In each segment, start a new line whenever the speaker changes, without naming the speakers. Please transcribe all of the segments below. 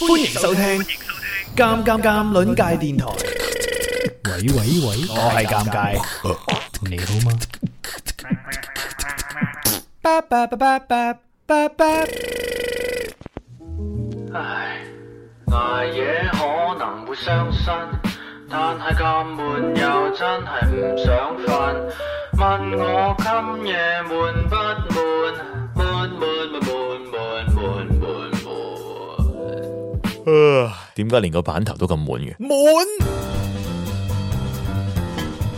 欢迎收听《尴尷尷》邻界電台。
喂喂喂，
我係尷尬，
你好嗎？
巴巴巴巴巴巴巴。
捱夜可能會傷身，但係咁悶又真係唔想瞓。問我今夜悶不悶？悶悶悶悶悶悶悶悶。
點解連個版頭都咁滿嘅？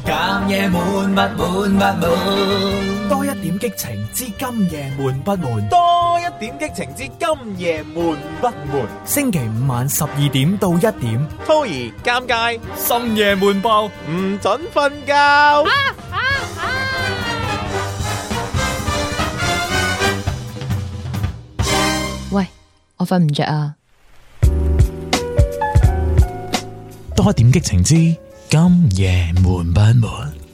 今夜悶不悶不悶？多一點激情之今夜悶不悶？
多一點激情之今夜悶不悶？
星期五晚十二點到一點，
濤兒尷尬，
深夜悶爆。
唔准瞓覺。
喂，我瞓唔着啊！
多一點激情之今夜悶不悶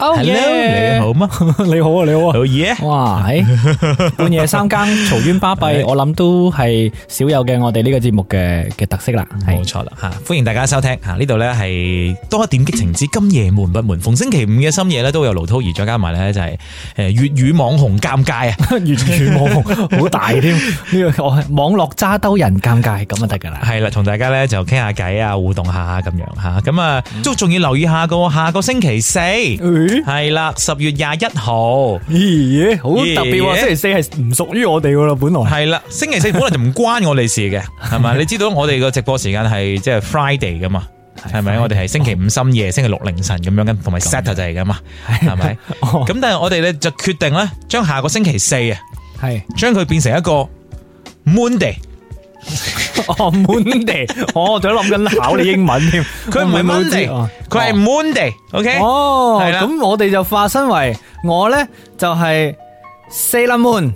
Oh
？Hello，
yeah
你 好嗎？
你好啊，你好啊！
好嘢，
哇，喺半夜三更嘈冤 巴閉，我諗都係少有嘅我哋呢個節目嘅嘅特色啦。
冇
係
錯啦吓，歡迎大家收聽啊吓，呢度咧係多一點激情之今夜悶不悶？逢星期五嘅深夜咧都會有盧涛兒，再加埋咧就係呃诶粤语网紅尷尬啊！
完全冇好大 添，呢個我係網絡揸兜人尷尬咁就得㗎啦。
系啦，同大家咧就傾下偈啊，互動下咁樣吓，咁啊都仲要留意下個下個星期四
咦
係啦，十月廿一號。
咦，好
咦
特別喎！星期四係唔屬於我哋噶啦，本來
系啦，星期四本來就唔關我哋事 嘅，係咪？你知道我哋個直播時間係即係 Friday 噶嘛？係咪？我哋係星期五深夜、星期六凌晨咁樣跟，同埋 Saturday 噶嘛？係咪？
哦
咁但係我哋咧就決定咧，將下個星期四啊，
係
將佢變成一個 Monday。
哦 Monday，哦我仲諗緊考你英文添，
佢唔
我
係
咪冇知
Monday，
哦
佢係 Monday。OK，
哦，
係啦
咁我哋就化身為我咧就係 Sailor Moon，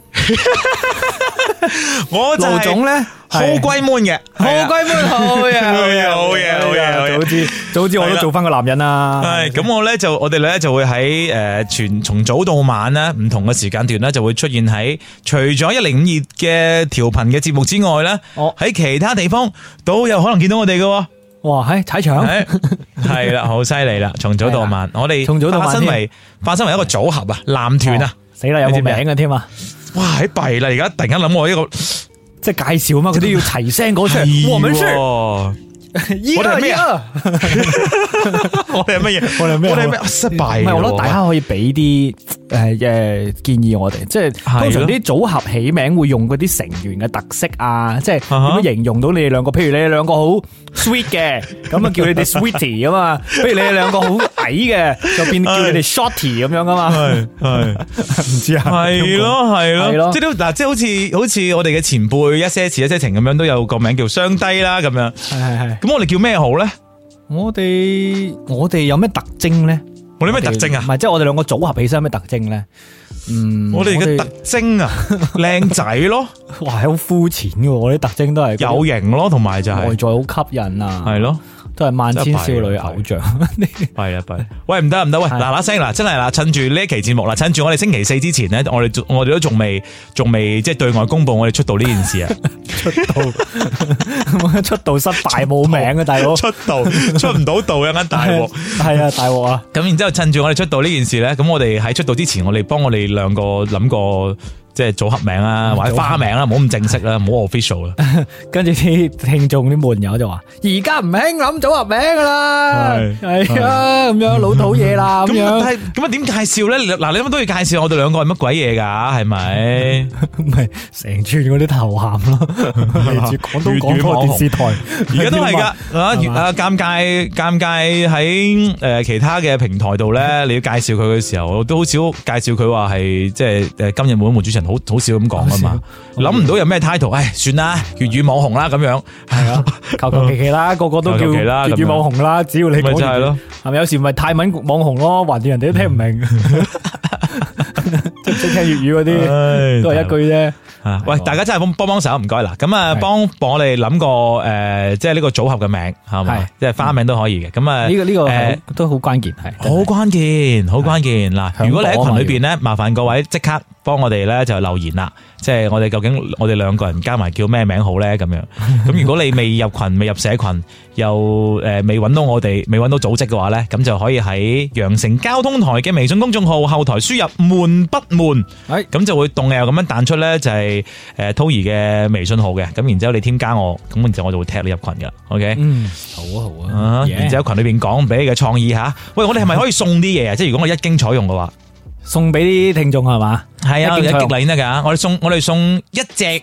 我就
盧
係
總咧
好龜 Moon 嘅，
好
係啦
鬼妹，好嘢，
好嘢啊 好嘢好嘢好嘢
早知早知我都做翻個男人啊啦。
系咁，我咧就我哋咧就會喺诶全從早到晚咧唔同嘅時間段咧就會出現喺除咗一零五二嘅調頻嘅節目之外咧，
哦
喺其他地方都有可能見到我哋嘅喎。
哇，係踩場，
係係 啦，好犀利啦！從早到晚，我哋
從早到晚
化身為化身為一個組合啊，男團啊，
死啦，有
你知
冇
咩啊
名嘅添啊？
哇，喺弊啦！而家突然間諗我一個
即係介紹啊嘛，佢都要齊聲講出
係
嚟。我們是
喎
一
我哋
二
係咩啊
二，
我哋係乜嘢？
我哋係咩啊
我哋係咩？失
唔
敗
係，我覺得大
打
家可以俾啲誒誒建議我哋，即係
係咯
通常啲組合起名會用嗰啲成員嘅特色啊，即係
哈
點樣形容到你哋兩個？譬如你哋兩個好 sweet 嘅，咁啊 叫你哋 sweetie 啊嘛；譬如你哋兩個好矮嘅，就變叫你哋 shorty 咁樣噶 嘛。
係係。
唔知啊，
系咯系咯，
係咯
即系都嗱，即系好似好似我哋嘅前輩一些事一些情咁樣，都有個名叫雙低啦咁樣。
係係係。
咁我哋叫咩好咧？
我哋我哋有咩特徵咧？
我哋咩特徵啊
唔？係，即係我哋兩個組合起身有咩特徵咧？嗯，
我哋嘅特徵啊，靚仔 咯，
哇係好膚淺嘅喎，我啲特徵都係
有型咯，同埋就
外
係
在好吸引啊，
係咯，
都係萬千少女偶像。
係啊，弊。喂，唔得唔得，喂，嗱
係
嗱聲嗱，真係嗱，趁住呢一期節目啦，趁住我哋星期四之前咧，我哋仲我哋都仲未仲未即係對外公佈我哋出道呢件事 啊，
出道失敗冇名啊嘅大 佬，
出道出唔到道有間大鑊。
係啊大鑊啊！
咁然之後趁住我哋出道呢件事咧，咁我哋喺出道之前，我哋幫我哋兩個諗過即係組合名啊，或者花名啦，唔好咁正式啦，唔好 official 啦。
跟住啲聽眾啲悶友就話：而家唔興諗組合名㗎啦，
係
係啊咁樣老土嘢 啦咁
咁但
樣。
係咁啊點介紹咧？你嗱你咁都要介紹我哋兩個係乜鬼嘢㗎？ 係咪？
咪成串嗰啲頭銜咯， 嚟自廣東廣播電視台，
而家都係㗎
嘛
啊！
係嘛
啊尷尬尷尬喺誒其他嘅平台度咧，你要介紹佢嘅時候，我都好少介紹佢話係即係誒今日每一門主持人好好少咁講啊嘛，諗唔到有咩 title，唉算啦，粵語網紅啦咁樣。
係啊，求求其 其啦，個個都叫
求求其啦
粵
咁樣
語網紅啦，只要你
咪
講
就係咯
粵語，係咪有時咪泰文網紅咯，橫掂人哋都聽 唔明， 即係唔識聽粵語嗰
唉
啲，都係一句啫。
啊！喂，大家真係幫幫幫手，唔該啦。咁啊，
係
幫幫我哋諗個誒，呃即係呢個組合嘅名係嘛
係，
即係花名都可以嘅。咁啊，
嗯呢個呢個係
誒
好都好關鍵，係
好關鍵，好關鍵嗱。
響
如果你喺
榜啊
群裏邊咧，麻煩各位即刻幫我哋咧就留言啦，即係我哋究竟我哋兩個人加埋叫咩名好咧？咁樣咁如果你未入群、未入社群，又诶未揾到我哋、未揾到組織嘅話咧，咁就可以喺羊城交通台嘅微信公眾號後台輸入悶不悶，
係
咁就會動嘅咁樣彈出咧就係诶 t o 嘅微信號嘅，咁然之後你添加我，咁然之後我就會踢你入群噶啦，OK。
嗯，好啊好
啊
啊，
然之後群裏边講唔俾你嘅創意吓，喂，我哋係咪可以送啲嘢啊？即係如果我一經採用嘅話，
送俾啲聽眾係嘛？
係啊，
一
一
經採
激
用
勵先得㗎。我哋送我哋送一隻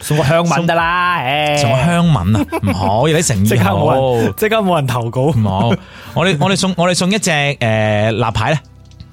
送個香吻得啦，诶，
送香吻啊，唔好有啲誠意
即刻
好
冇啊
唔
人，即刻冇人投稿，
好？我哋我哋送我哋送一隻诶立牌咧，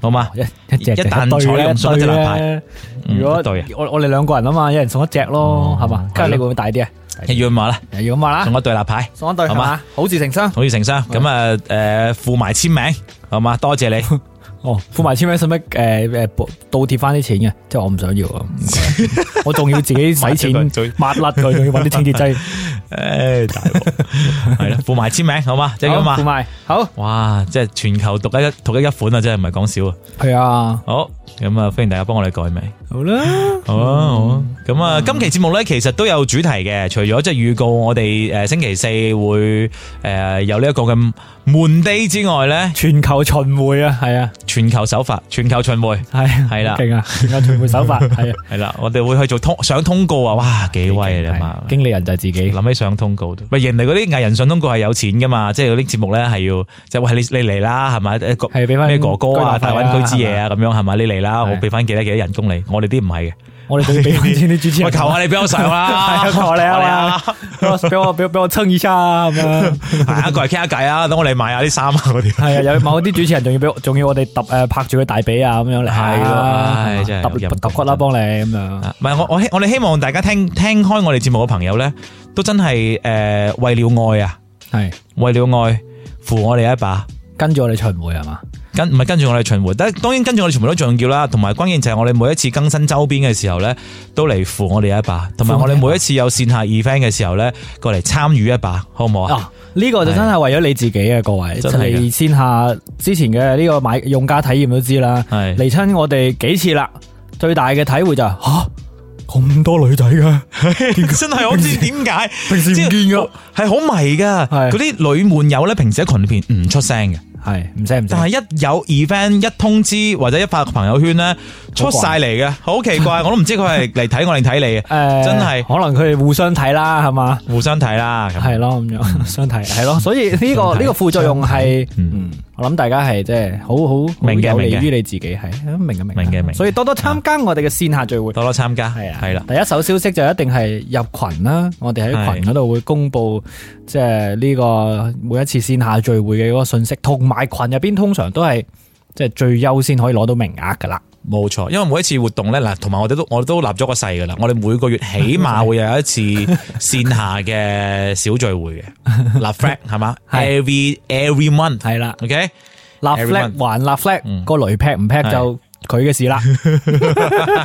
好嘛？
一一啊隻
一旦採用送一隻立牌，嗯
如果
一對啊
我我哋兩個人啊嘛，一人送一隻咯，係嘛？跟住你會唔會大啲啊？
一樣話啦，
又要咁話啦
送，一對立牌，
送一對係
好
嘛
嘛？
啊好事成雙。
好似成雙咁啊诶附埋簽名，好嘛？多謝你。
哦，付埋簽名使乜？誒誒，補倒貼翻啲錢嘅，即係我唔想要啊！唔 該我仲要自己使 錢抹甩佢，仲要揾啲清潔劑，
诶，大鑊 係啦，附埋簽名好嘛？即係咁
好付
啊！
埋好
哇，即係全球獨一獨一一款啊，真係唔係講少啊！
係啊，
好，咁啊，歡迎大家幫我哋改名。
好啦，
好啊，好啊。咁啊，今期節目咧，其實都有主題嘅，除咗即係預告我哋诶星期四會诶有呢一個嘅悶 day 之外咧，
全球巡迴啊，係啊，
全球首發、全球巡迴
係啊
係啦
勁啊，全球巡迴手 法係啊，
係啦，我哋會去做通上通告啊！哇，幾威啊嘛！
經理人就係自己，
諗起上通告都，喂人哋嗰啲藝人上通告係有錢噶嘛，即係嗰啲節目咧係要，就喂你你嚟啦，係咪？誒個
係俾返
咩哥哥啊，
居馬費
大
啊
灣區之夜啊，咁樣係咪？你嚟啦，
係
我俾翻幾多幾多人工你，我哋啲唔 係嘅。
我哋都要俾翻錢啲主持
喂，
人，
求下你俾我上 啦，
係啊，求你啊嘛，俾我俾我俾我俾我蹭一下啊咁樣。
下一個嚟傾下偈啊，等我哋買下啲衫啊嗰啲。
系啊，有某啲主持人仲要俾我，仲要我哋揼诶拍住佢大髀啊咁樣嚟，
係咯
啊
唉真係
揼
陰公
揼骨啦，幫你咁樣。
啊唔係我我希我哋希望大家聽聽開我哋節目嘅朋友咧，都真係诶為了愛啊，
系
為了愛扶我哋一把。
跟住我哋巡迴係嘛？
跟唔係跟住我哋巡迴，但當然跟住我哋巡迴都重要啦。同埋關鍵就係我哋每一次更新周邊嘅時候咧，都嚟扶我哋一把。同埋我哋每一次有線下 event 嘅時候咧，過嚟參與一把，好唔好啊
啊，？呢個就真係為咗你自己啊，各位。
真係嘅
你線下之前嘅呢個買用家體驗都知啦，
係
嚟親我哋幾次啦，最大嘅體會就係吓咁多女仔 嘅，
真係我唔知點解，
平時唔見㗎，
係好迷㗎。
係
嗰啲女悶友咧，平時喺群裏邊唔出聲嘅，
係唔使唔使
但。係一有 event 一通知或者一發朋友圈咧，出晒嚟嘅，好奇怪，我都唔知佢係嚟睇我定睇你嘅，
诶，
真係
可能佢哋互相睇啦，係嘛？
互相睇啦。咁
系咯，咁樣相提係咯，所以呢個呢個副作用係，嗯，我諗大家係即係好好好
明嘅
有利
明嘅
於你自己係嗯明嘅明
明嘅明嘅
所以多多參加我哋嘅線下聚會，
多多參加，
係啊
係啦。
第一手消息就一定係入群啦，我哋喺群嗰度會公布即係呢個每一次線下聚會嘅嗰個信息，同埋群入邊通常都係即係最優先可以攞到名額噶啦，
冇錯，因為每一次活動咧，嗱，同埋我哋都我都立咗個誓噶啦，我哋每個月起碼會有一次 線下嘅小聚會嘅，立 flag 係嘛
係
？Every every month
係啦，
OK，
立
Everyone
flag 還立
嗯
flag，個雷劈唔劈
係
就佢嘅事 啦，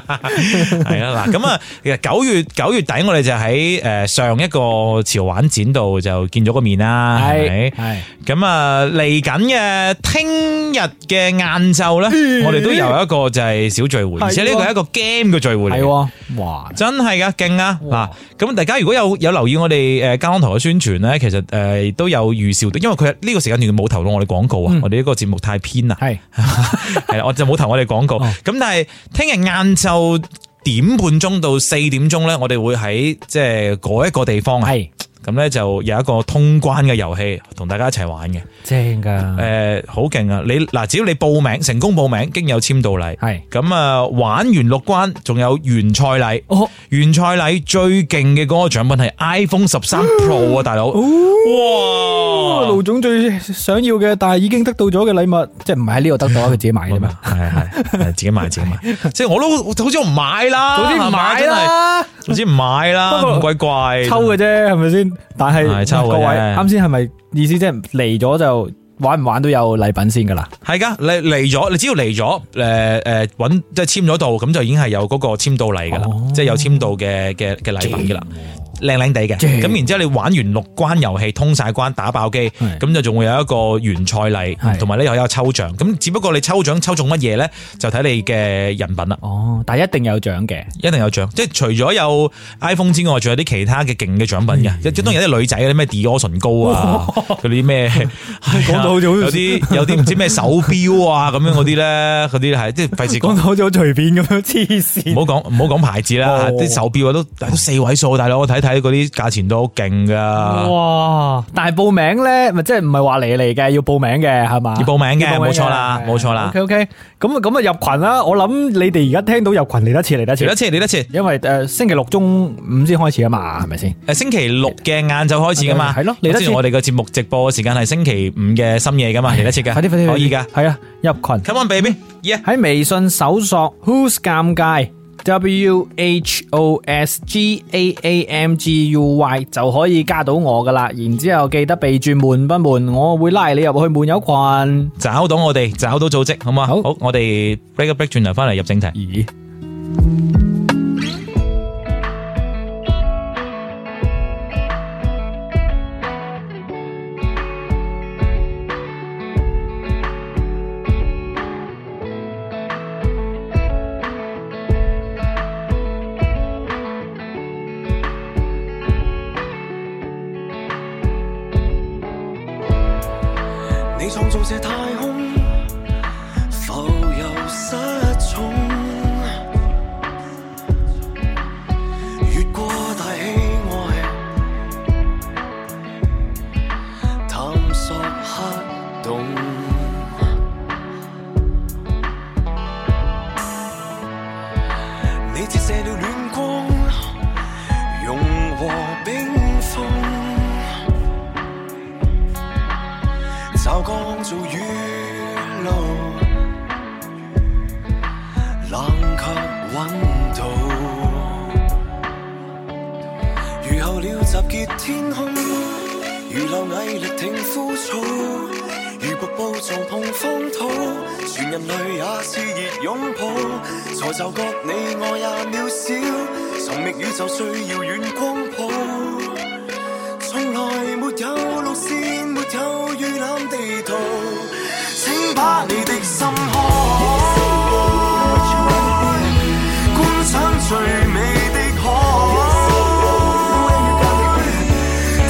係啦嗱，咁啊，其實九月九月底我哋就喺誒上一個潮玩展度就見咗個面啦，係咪
係？係。
咁啊，嚟緊嘅聽日嘅晏晝咧，我哋都有一個就係小聚會，而且呢個係一個 game 嘅聚會嚟
系
嘅。
哇！
真係噶，勁啊！嗱
哇，
咁大家如果有有留意我哋诶交通台嘅宣傳咧，其實诶、呃都有預兆，因為佢呢個時間段冇投到我哋廣告啊，
嗯
我哋呢個節目太偏 啦，
系
係啦，我就冇投我哋廣告。咁、
哦
但係聽日晏晝點半鐘到四點鐘咧，我哋會喺即係嗰一個地方啊，
系
咁咧就有一個通關嘅遊戲，同大家一齊玩嘅。
正噶，
诶、好勁啊！你嗱，只要你報名成功報名，經有簽到禮，
系
咁啊玩完六關，仲有完賽禮。
哦，
原賽禮最勁嘅嗰個獎品係 iPhone 十三 Pro 啊，大佬！哇，
卢总最想要嘅，但系已经得到咗嘅礼物，即系唔系喺呢度得到，佢自己买嘅嘛。
係係係自己買自 己買，即係我都好似我唔買啦，
早啲唔
係
买
嘛，
啦，
真係總之唔買啦，
不過
咁鬼怪，
抽嘅啫，系咪先？但
係
系
抽嘅啫
各位啱先系咪意思即系嚟咗就玩唔玩都有禮品先噶啦？
係㗎，你嚟咗，你只要嚟咗，呃誒誒揾即係簽咗到，咁就已經係有嗰個簽到禮㗎啦，即係有簽到嘅嘅嘅禮品㗎啦。靚靚地嘅，
哦正
咁然之後你玩完六關遊戲通晒關打爆機，
係
咁就仲會有一個原賽禮，
係
同埋咧又有抽獎。咁只不過你抽獎抽中乜嘢咧，就睇你嘅人品啦。
哦，但係一定有獎嘅，
一定有獎，即係除咗有 iPhone 之外，仲有啲其他嘅勁嘅獎品嘅。即係當然有啲女仔嗰啲咩 Dior 唇膏 啊，嗰啲咩講
講到好似好
有啲有啲唔知咩手錶啊咁樣嗰啲咧，嗰啲係即係費事
講
講
到。好似好隨便咁樣，黐
唔
線。
好講唔好講牌子啦，
哦
啲手錶啊都都四位數，大佬我睇睇嗰啲價錢都好啊勁噶。
哇！但係報名咧，咪即係唔係話你嚟嘅，要報名嘅係嘛？
要報名嘅冇錯啦冇錯啦
OK OK，咁啊咁啊入群啦！我諗你哋而家聽到入群嚟得切嚟得
嚟得
切，
切，嚟得切。
因為誒星期六中午先開始啊嘛，係咪先？
誒星期六嘅晏晝開始噶嘛，
係咯
你
嚟得
之
切
前我哋嘅節目直播嘅時間係星期五嘅深夜噶嘛，嚟得切嘅，
快啲快啲，
可以噶。
係啊，入群。
Come on baby，yeah。
喺微信搜索 Who's 尷尬 W H O S G A A M G U Y 就可以加到我噶啦，然之后記得備注悶不悶，我會拉你入去悶友群。
找到我哋，找到組織，好嘛？
好
好，我哋 break a break，轉頭翻嚟入正題。
咦？
你創造這太空，浮游失重，越過大氣外，探索黑洞。你折射了暖光，融和冰封。找光做雨露，冷卻温度。如候鳥集結天空，如螻蟻力挺枯草，如瀑布撞碰荒土，全人類也熾熱擁抱。才就覺你我也渺小，尋覓宇宙最遙遠光譜。從來沒有路線，沒有預覽地圖，請把你的心開，觀賞最美的海，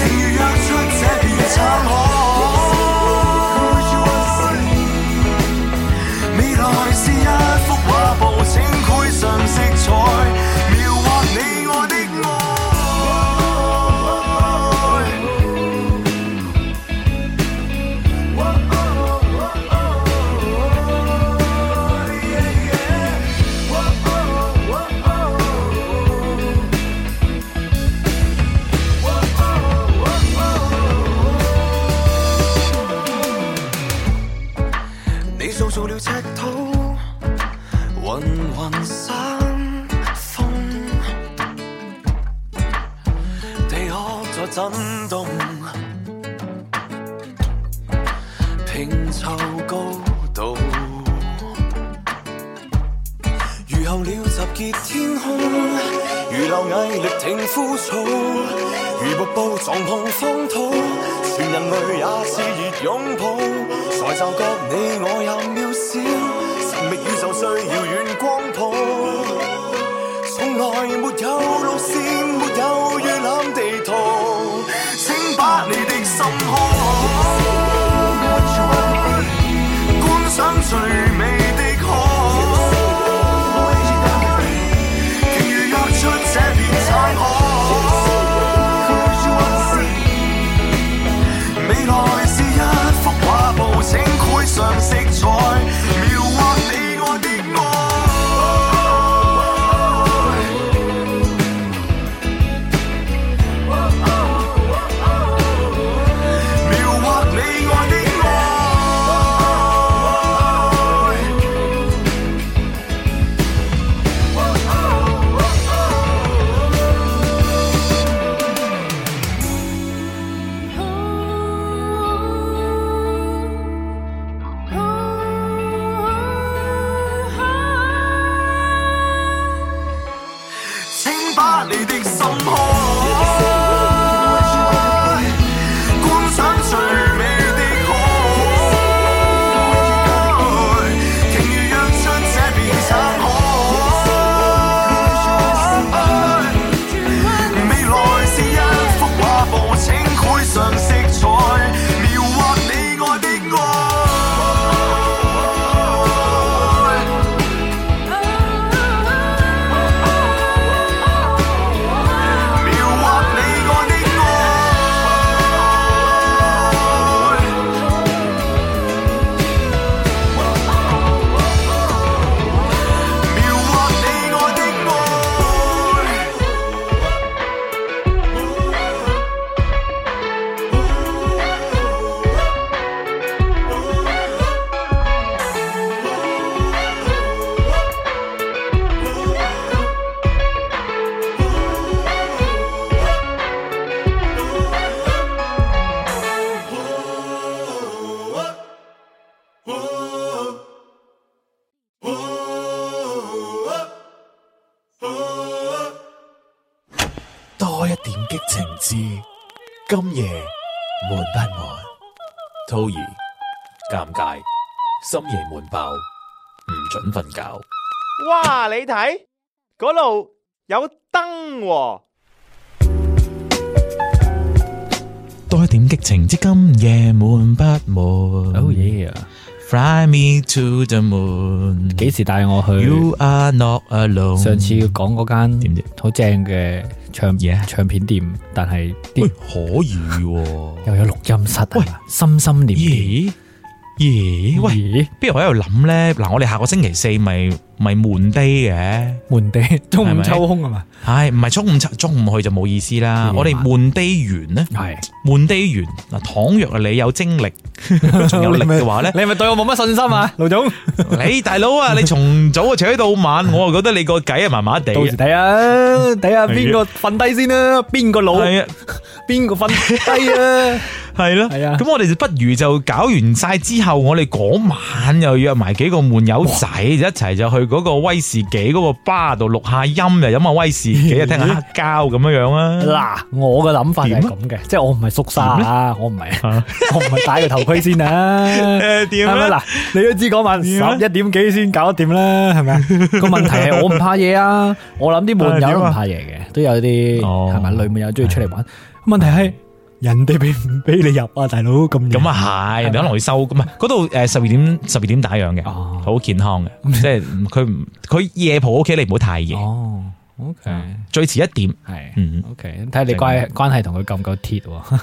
定要躍出這片滄海。未來是一幅畫布，請繪上色彩，描畫你我的愛。你塑造了赤土，雲雲山峰，地殼在震動，拼湊高度。如候鳥集結天空，如螻蟻力挺枯草，如瀑布撞碰荒土，全人類也熾熱擁抱，才就覺你我也渺小，神秘宇宙最遙遠光譜，從來沒有路線，沒有預覽地圖，請把你的心開。觀賞最美的海，竟如躍出這片山海。未來是一幅畫布，請繪上色彩，描畫你我的愛。描畫你我的愛。請把你的心開。
今夜悶不悶？兔兒尷尬，深夜悶爆，唔准瞓覺。
哇！你睇嗰度有燈喎、
多一點激情之今夜悶不悶
Oh yeah！
Fly me to the moon。
幾時帶我去？
You are not alone。
上次講嗰
點
間
啫
好正嘅唱
Yeah
唱片店，但係
喂
啲
可以喎。
又有錄音室啊，係嘛心心念念。
咦咦，喂，
咦，
邊度喺度諗咧？嗱，我哋下個星期四咪咪悶 day 嘅。
門地中
係咪
午抽空啊嘛，
唉，唔係中午中午去就冇意思啦。
夜晚
我哋悶 day 完咧，
係
悶 day 完嗱，倘若你有精 力，仲有力嘅話咧。
你係咪對我冇乜信心啊，盧總？
你大佬啊，你從早啊扯到晚，我啊覺得你個計啊麻麻地啊。
到時睇下睇下邊個瞓低先啦，邊個老，
係啊，
邊個瞓低啊？
係咯，
係啊
咁我哋就不如就搞完晒之後，我哋嗰晚又約埋幾個悶友仔，就一齊就去嗰個威士忌嗰個吧度錄下音，又飲下威士忌，又聽下黑膠咁樣樣 啊。
嗱，我嘅諗法就係
點啊
咁嘅，即係我唔係縮沙啊，我唔係
啊，
我唔係戴個頭盔先啊，
誒點
係咪
啊？
嗱？你都知嗰晚
點啊
十一點幾先搞掂啦，係咪啊？個問題係我唔怕嘢啊，我諗啲悶
啊點啊
友都唔怕嘢嘅，都有啲
哦
係咪女悶友中意出嚟玩？問題係人哋俾唔俾你入啊，大佬咁夜
咁啊係，人哋可能會收咁啊。嗰度誒十二點十二點打烊嘅，
哦
好健 康嘅，即係佢唔佢夜蒲 OK，你唔好太夜，
哦，OK
最遲一點。
係。
嗯，
O K，睇下你關關系同佢夠唔夠鐵喎，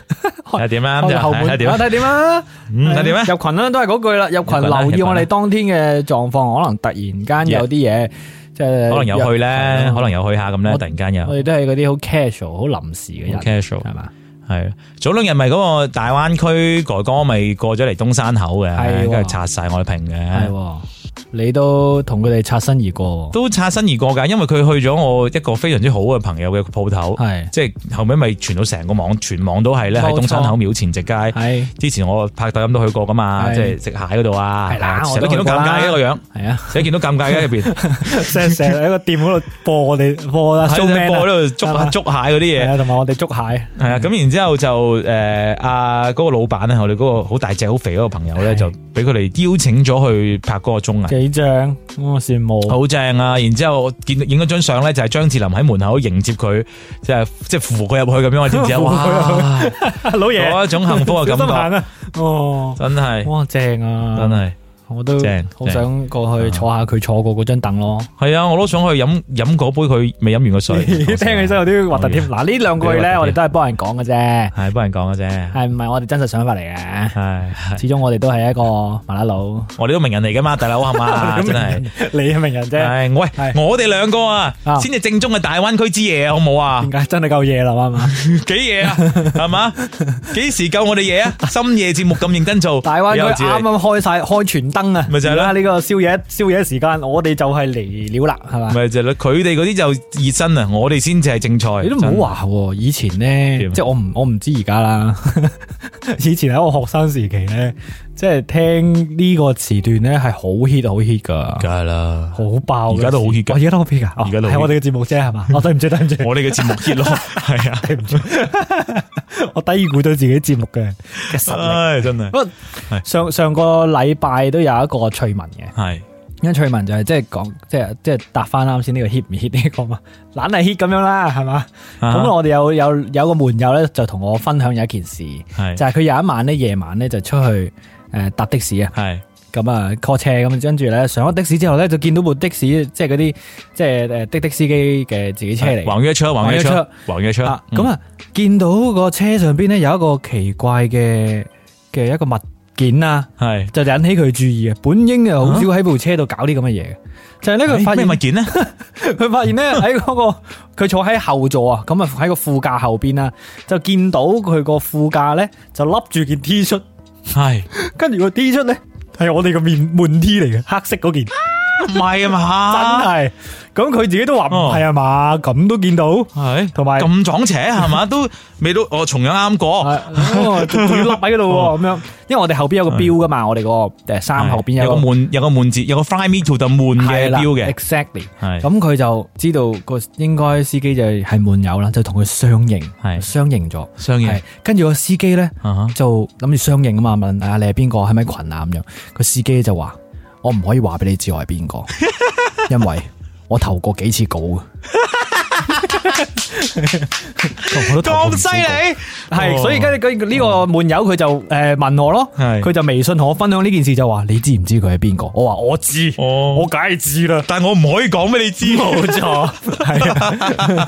睇下點啦，
開
咁就
個後門
睇下點
睇
啦，
下點啊！
嗯睇下點啦。
入群啦，都係嗰句啦，入群
入群啦
留意我
入群啦
哋當天嘅狀況，可能突然間有啲嘢即係
可能有去咧，
入
可能有去下咁咧，突然間有
我哋都係嗰啲好 casual、好臨時嘅人
好 casual
係嘛？
係早兩日咪嗰個大灣區哥哥咪過咗嚟東山口
係
嘅，
喎
跟住刷晒我哋屏
係
嘅，
喎，你都同佢哋擦身而過喎，
都擦身而過㗎，因為佢去咗我一個非常之好嘅朋友嘅鋪頭，
係
即係後尾咪傳到成個網，全網都係咧喺
冇錯
東山口廟前直街。
係
之前我拍抖音都去過㗎嘛，
係
即係食蟹嗰度啊，
係啦
成日
我
都
都
見到
去過
尷
啦
尬嘅個樣，
係啊，
成日見到尷尬嘅入邊，
成日喺個店嗰度播我哋播啦
喺度播喺度
啊係
捉
嘛
捉蟹嗰啲嘢。
啊，同埋我哋捉蟹，
系啊，咁然之後就诶，阿、嗰、個老闆咧，我哋嗰個好大隻、好肥嗰個朋友咧，
係
就俾佢哋邀請咗去拍嗰個綜藝，
幾張我羨慕，
好正啊！然之後我見到影咗張相咧，就係張智霖喺門口迎接佢，即係即系扶佢入去咁樣，你知唔知啊？哇，
老
嗰一種幸福嘅感
小心行
覺，
啊！哦，
真係
哇，正啊，
真係
我都
正
好想過去坐下佢坐過嗰張凳咯。
係啊！我都想去飲饮嗰杯佢未飲完嘅水， 啊
聽起身有啲核突 添。嗱，呢兩句咧，我哋都係幫人講嘅啫，
係幫人講嘅 啫，
係唔係我哋真實想法嚟 嘅？
係係
始終我哋都係一個麻甩 佬，
我哋都名人嚟噶嘛，大佬係 嘛，真係。
你啊係名人啫，
唉，喂，
係
我哋兩個啊，
啊
先至正宗嘅大灣區之夜啊，好唔好啊
點？解真係夠夜啦嘛？係 嘛
幾夜啊，係嘛？幾時夠我哋夜啊？深夜節目咁認真做，
大灣
有
區
自你
啱啱啊開晒開全燈啊！
咪就係
而
咯
家呢個宵夜宵夜時間，我哋就係嚟了啦，係嘛？
咪就係咯，佢哋嗰啲就熱身啊，我哋先至係正菜。
你都唔好話喎，以前
點
咧，
啊
即係我唔我唔知而家啦。 以前喺我學生時期咧，即係聽呢個時段咧係好 hit 好 hit 噶，
真，梗係啦。
好爆嘅。
而家都好 hit 㗎
我而家都好 hit 噶，哦
而家都好 hit
係我哋嘅節目啫，係嘛？哦我對唔住對唔住，
我哋嘅節目 hit 咯，係啊，
我低估咗自己節目嘅嘅實力。
唉，真係
不過上上個禮拜都有一個趣聞嘅，
係
因為趣聞就係即係講即係即係答翻啱先呢個 hit 唔 hit 呢個嘛，懶係 hit 咁樣啦，係嘛？
啊
咁我哋有有有個門友咧，就同我分享有一件事，
係
就係佢有一晚咧夜晚咧就出去誒搭的士啊，
係
咁啊 call 車咁，跟住咧上咗的士之後咧就見到部的士，即係嗰啲即係誒的的司機嘅自己車嚟，
黃約車，黃約車，黃約車。
啊
嗯
咁啊見到個車上邊咧有一個奇怪嘅嘅一個物件啊，
係
就引起佢注意嘅。本應啊好少喺部車度搞啲咁嘅嘢嘅，就係呢佢
誒
發現
哎咩物件啊 咧？
佢 發現咧喺嗰個佢坐喺後座啊，咁啊喺個副駕後邊啦，就見到佢個副駕咧就笠住件 T 恤，
係
跟住個 T 恤咧係我哋個面悶 T 嚟嘅，黑色嗰件。
唔係啊嘛，
真系。咁佢自己都話唔係啊嘛，咁都見到，
係
同埋
咁撞邪啊係嘛，都未到我重陽啱過，
係仲要笠喺嗰度喎咁樣。因為我哋後邊有個標噶嘛，我哋個誒衫後邊
有
有
個
個
悶有個悶字，有個 Fly Me to the Moon 嘅
係啦
標嘅，
，exactly。
係
咁佢就知道個應該司機就係悶友啦，就同佢相認，
係
相認咗，
相應
係。跟住個司機咧
啊哈
就諗住相認啊嘛，問啊你係邊個，係咪群啊咁樣。個司機就話：我唔可以話俾你知我係 邊個，因為我投過幾次稿啊。
咁犀利，哦
我都投過唔少稿係，所以跟住呢個悶友佢就誒問我咯，
係
佢就微信同我分享呢件事就話你知唔知佢係邊個？我話我知，
哦
我梗係知啦，
但我唔可以講俾你知，
冇 錯，係啊，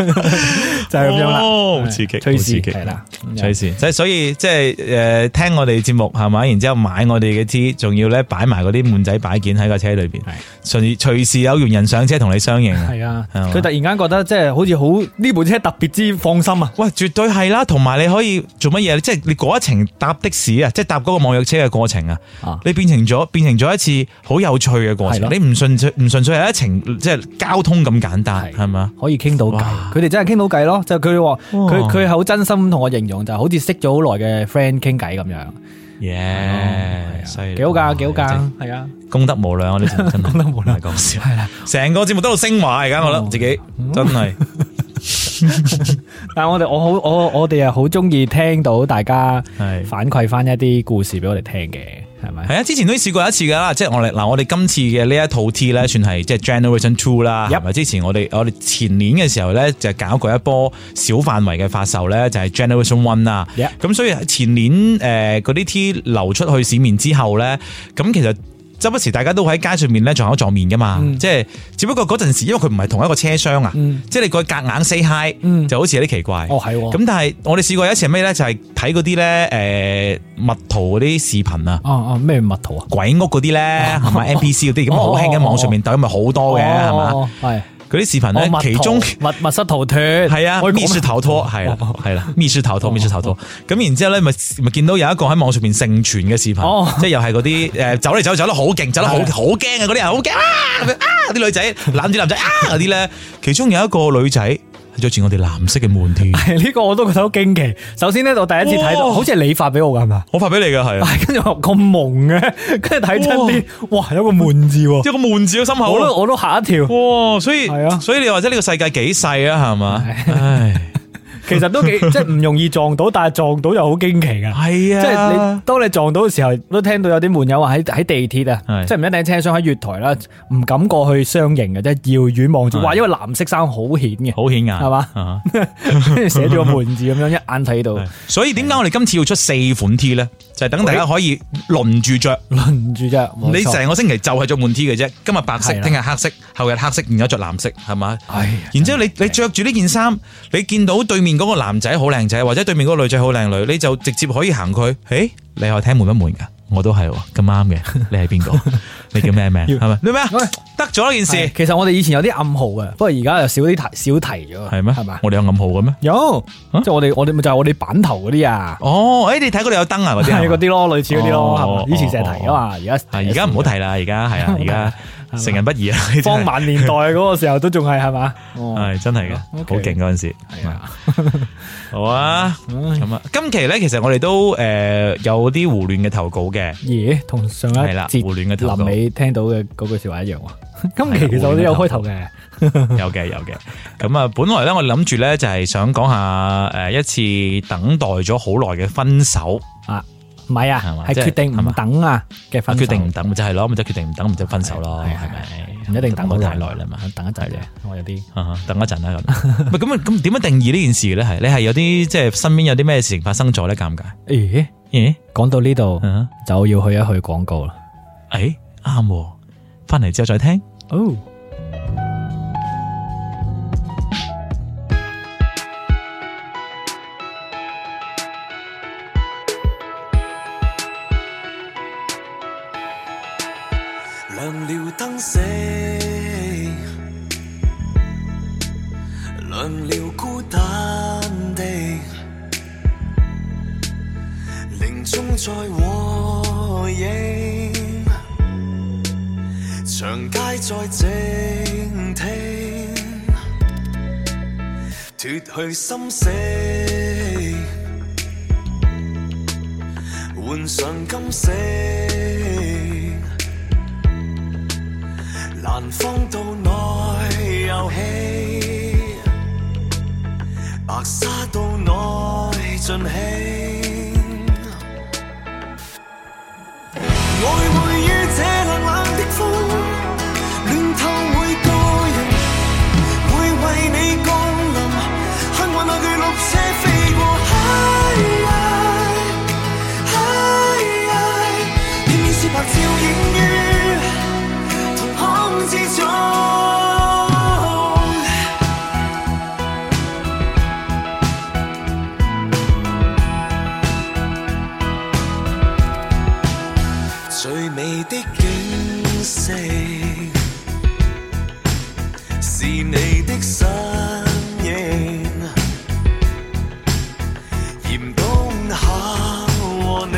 就係咁樣啦，
哦好刺激
趨
好刺
勢
激
係啦，
隨
勢
時，即係所以即係诶聽我哋節目係咪？然之后买我哋嘅 T，仲要咧擺埋嗰啲悶仔擺件喺個車裏边
係，
隨隨時有緣人上車同你相應。
係啊，
係嘛
佢突然間覺得即係好似好呢部車特別之放心啊，
喂，絕對係啦，同埋你可以做乜嘢？即係你嗰一程搭的士啊，即係搭嗰個網約車嘅過程啊
啊，
你變成咗變成咗一次好有趣嘅過程。
係咯
你唔純粹唔純粹係一程即係交通咁簡單，
係
係咪啊？
可以傾到偈
哇，
佢哋真係傾到偈咯，就佢話佢
哇
佢係好真心同我形容就好似識咗好耐嘅 friend 傾偈咁樣，係
耶，
啊
犀利！
幾好㗎，幾好
真係
㗎，係啊，
功德無量啊！呢節目 真係功德無量，講笑。
係啦。哦
成個節目都喺度升華，而家我覺得自己真係
但系我哋我好我我哋又好中意聽到大家
係
反饋翻一啲故事俾我哋聽嘅，係咪？
係啊！之前都試過一次㗎啦，即係我哋嗱，我哋今次嘅呢一套 T 咧，算係即係 Generation Two 啦，
Yep
係咪？之前我哋我哋前年嘅時候咧，就搞過一波小範圍嘅發售咧，就係 Generation One 啦。
Yep
咁所以前年誒嗰啲 T 流出去市面之後咧，咁其實。周不時大家都喺街上面咧撞口撞面噶嘛，
嗯
即係只不過嗰陣時，因為佢唔係同一個車廂啊，即係你個夾硬 say hi，、
嗯
就好似有啲奇怪。
哦係喎
咁但係我哋試過有一次係咩咧？就係睇嗰啲咧誒蜜桃嗰啲視頻啊。
哦哦，咩蜜桃啊？
鬼屋嗰啲 咧，係咪 NPC 嗰啲咁
哦
好興喺網上面抖，咪好多嘅係嘛？
哦，係
嗰啲視頻
哦
咧
蜜，桃
其中
密密室逃脱
係啊，
我哦
密室
講
逃脱係啦，係啦，密室
哦
逃脱，密室逃脱。咁然之後咧，咪咪見到有一個喺網上面盛傳嘅視
哦
頻，即係又係嗰啲誒走嚟走去走得好勁，走得好
係
好驚啊！嗰啲人好驚啊咁樣啊！啲女仔 攬住男仔啊嗰啲咧，其中有一個女仔係着住我哋藍色嘅悶 添，
係呢個我都覺得好驚奇。首先咧，我第一次睇到，
哇
好似係你發俾我㗎係嘛？
我發俾你嘅係啊，
係跟住我咁蒙嘅，跟住睇真啲，哇，有個悶字喎，
一個悶字嘅心口
我
啦
都我都嚇一跳。
哇！所以
係啊
所以你話即係呢個世界幾細啊？係嘛？唉，
其實都 幾即係唔容易撞到，但係撞到又好驚奇㗎。
係啊，
即係你當你撞到嘅時候，都聽到有啲悶友話喺喺地鐵啊，
係
即係唔一定喺車廂喺月台啦，唔敢過去相迎嘅，即係遙遠望住，
係
哇！因為藍色衫好顯 嘅，
好顯眼，
係嘛
啊？
跟住寫住個門字咁樣，一眼睇到，
所以點解我哋今次要出四款 T 咧？就係等大家可以輪住着。
輪住啫。冇錯
你成個星期就係着滿 T 嘅啫，今日白色，
係啦
聽日黑色，後日黑色，然後着藍色，係嘛？
哎呀
然之後你你着住呢件衫，你見到對面嗰個男仔好靚仔，或者對面嗰個女仔好靚女，你就直接可以行佢。誒，你係聽門不門㗎？我都係喎，咁啱嘅。 你係邊個？你叫咩名？係咪？你咩啊
喂？
得咗呢件
係
事
其實我哋以前有啲暗號嘅，不過而家又少啲提，少提咗，
係咩？
係嘛？
我哋有暗號嘅咩？
有，
啊
即係我哋我哋咪就係我哋版頭嗰啲啊，
哦，誒，你睇嗰度有燈啊，嗰啲係
係
嘛
嗰啲咯，類似嗰啲咯，係嘛
哦？
以前成日提啊嘛，而家
係而家唔好提啦，而家係 啊，而家成人不宜啊，呢啲係
方萬年代嗰個時候都仲係係嘛？
哦係真係嘅，
哦 OK
好勁嗰陣時。
係啊。
好啊，咁啊，今期咧其實我哋都诶有啲胡亂嘅投稿嘅，
耶，同上一
係啦
節
胡亂嘅投稿啊
臨啊尾聽到嘅嗰句说話一樣喎。今期其實我都有開頭嘅，
有嘅有嘅。咁啊，本來咧我諗住咧就係想講下诶一次等待咗好耐嘅分手，
唔係
係
啊
嘛，
係
即係
決定唔等啊嘅分手
決定唔等咪就係咯，咪就決定唔等咪就分手咯，
係係
係咪？
唔一定等
我
好
太耐啦嘛。
啊等一陣啫，我有啲
啊等一陣啦咁，唔係咁啊咁點樣定義呢件事咧？係你係有啲即係身邊有啲咩事情發生咗咧？尷尬，
咦，
咦？
講到呢度
啊
就要去一去廣告啦。
诶，啱喎，翻嚟之後再聽。
哦，
亮了燈死，亮了孤單地，靈鐘在和應，長街在靜聽，脱去心死，換上金色，蘭芳到內遊戲，白沙到內盡興。我會於這冷冷的風，暖透每個人，會為你降臨。盼望那巨綠車飛過，嗨呀嗨呀，片面雪白照映於瞳孔之中。最美的景色是你的身影，嚴冬下和你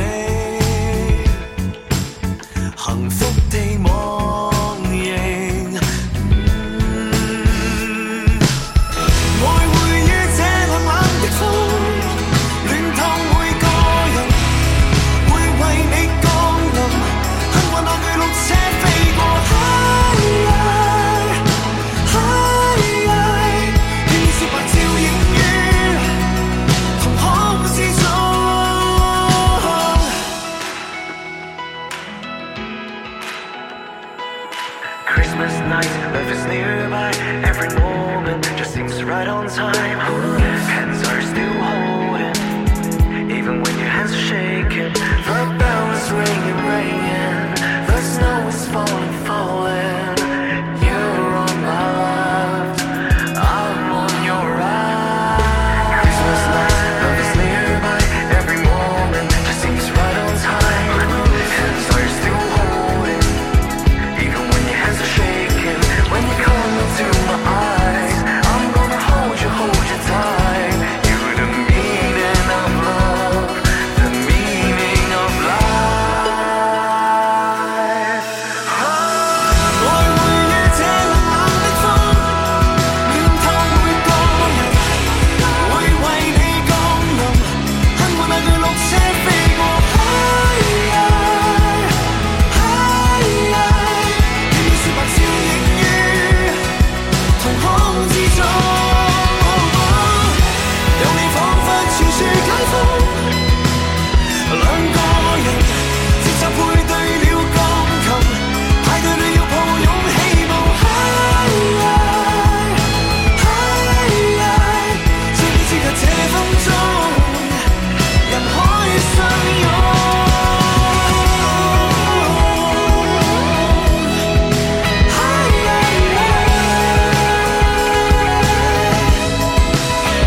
幸福地望迎。嗯愛會於這冷冷的風，暖透每個人，會為你降臨。幸運那巨綠車飛過，嗨呀嗨呀，片面雪白照映於瞳孔之中。Christmas night, love is nearby. Every moment just seems right on time. Hands are still holding, even when your hands are shaking. The bell is ringing, ringing. The snow is falling, falling. You're on my left, I'm on your right. Christmas night, love is nearby. Every moment just seems right on time. Hands are still holding. Even when your hands are shaking, when you come into my eyes, I'm gonna hold you, hold you tight. You're the meaning of love, the meaning of life. 愛會於這冷冷的風，暖透每個人，會為你降臨。幸運那句綠車飛過，嗨呀嗨呀，片面雪白照映於瞳孔之中。有你彷彿處處解放。兩個人節奏配對了鋼琴，派對了要抱擁起舞，嗨呀嗨呀！最美節日這分鐘，人海相擁。嗨呀呀！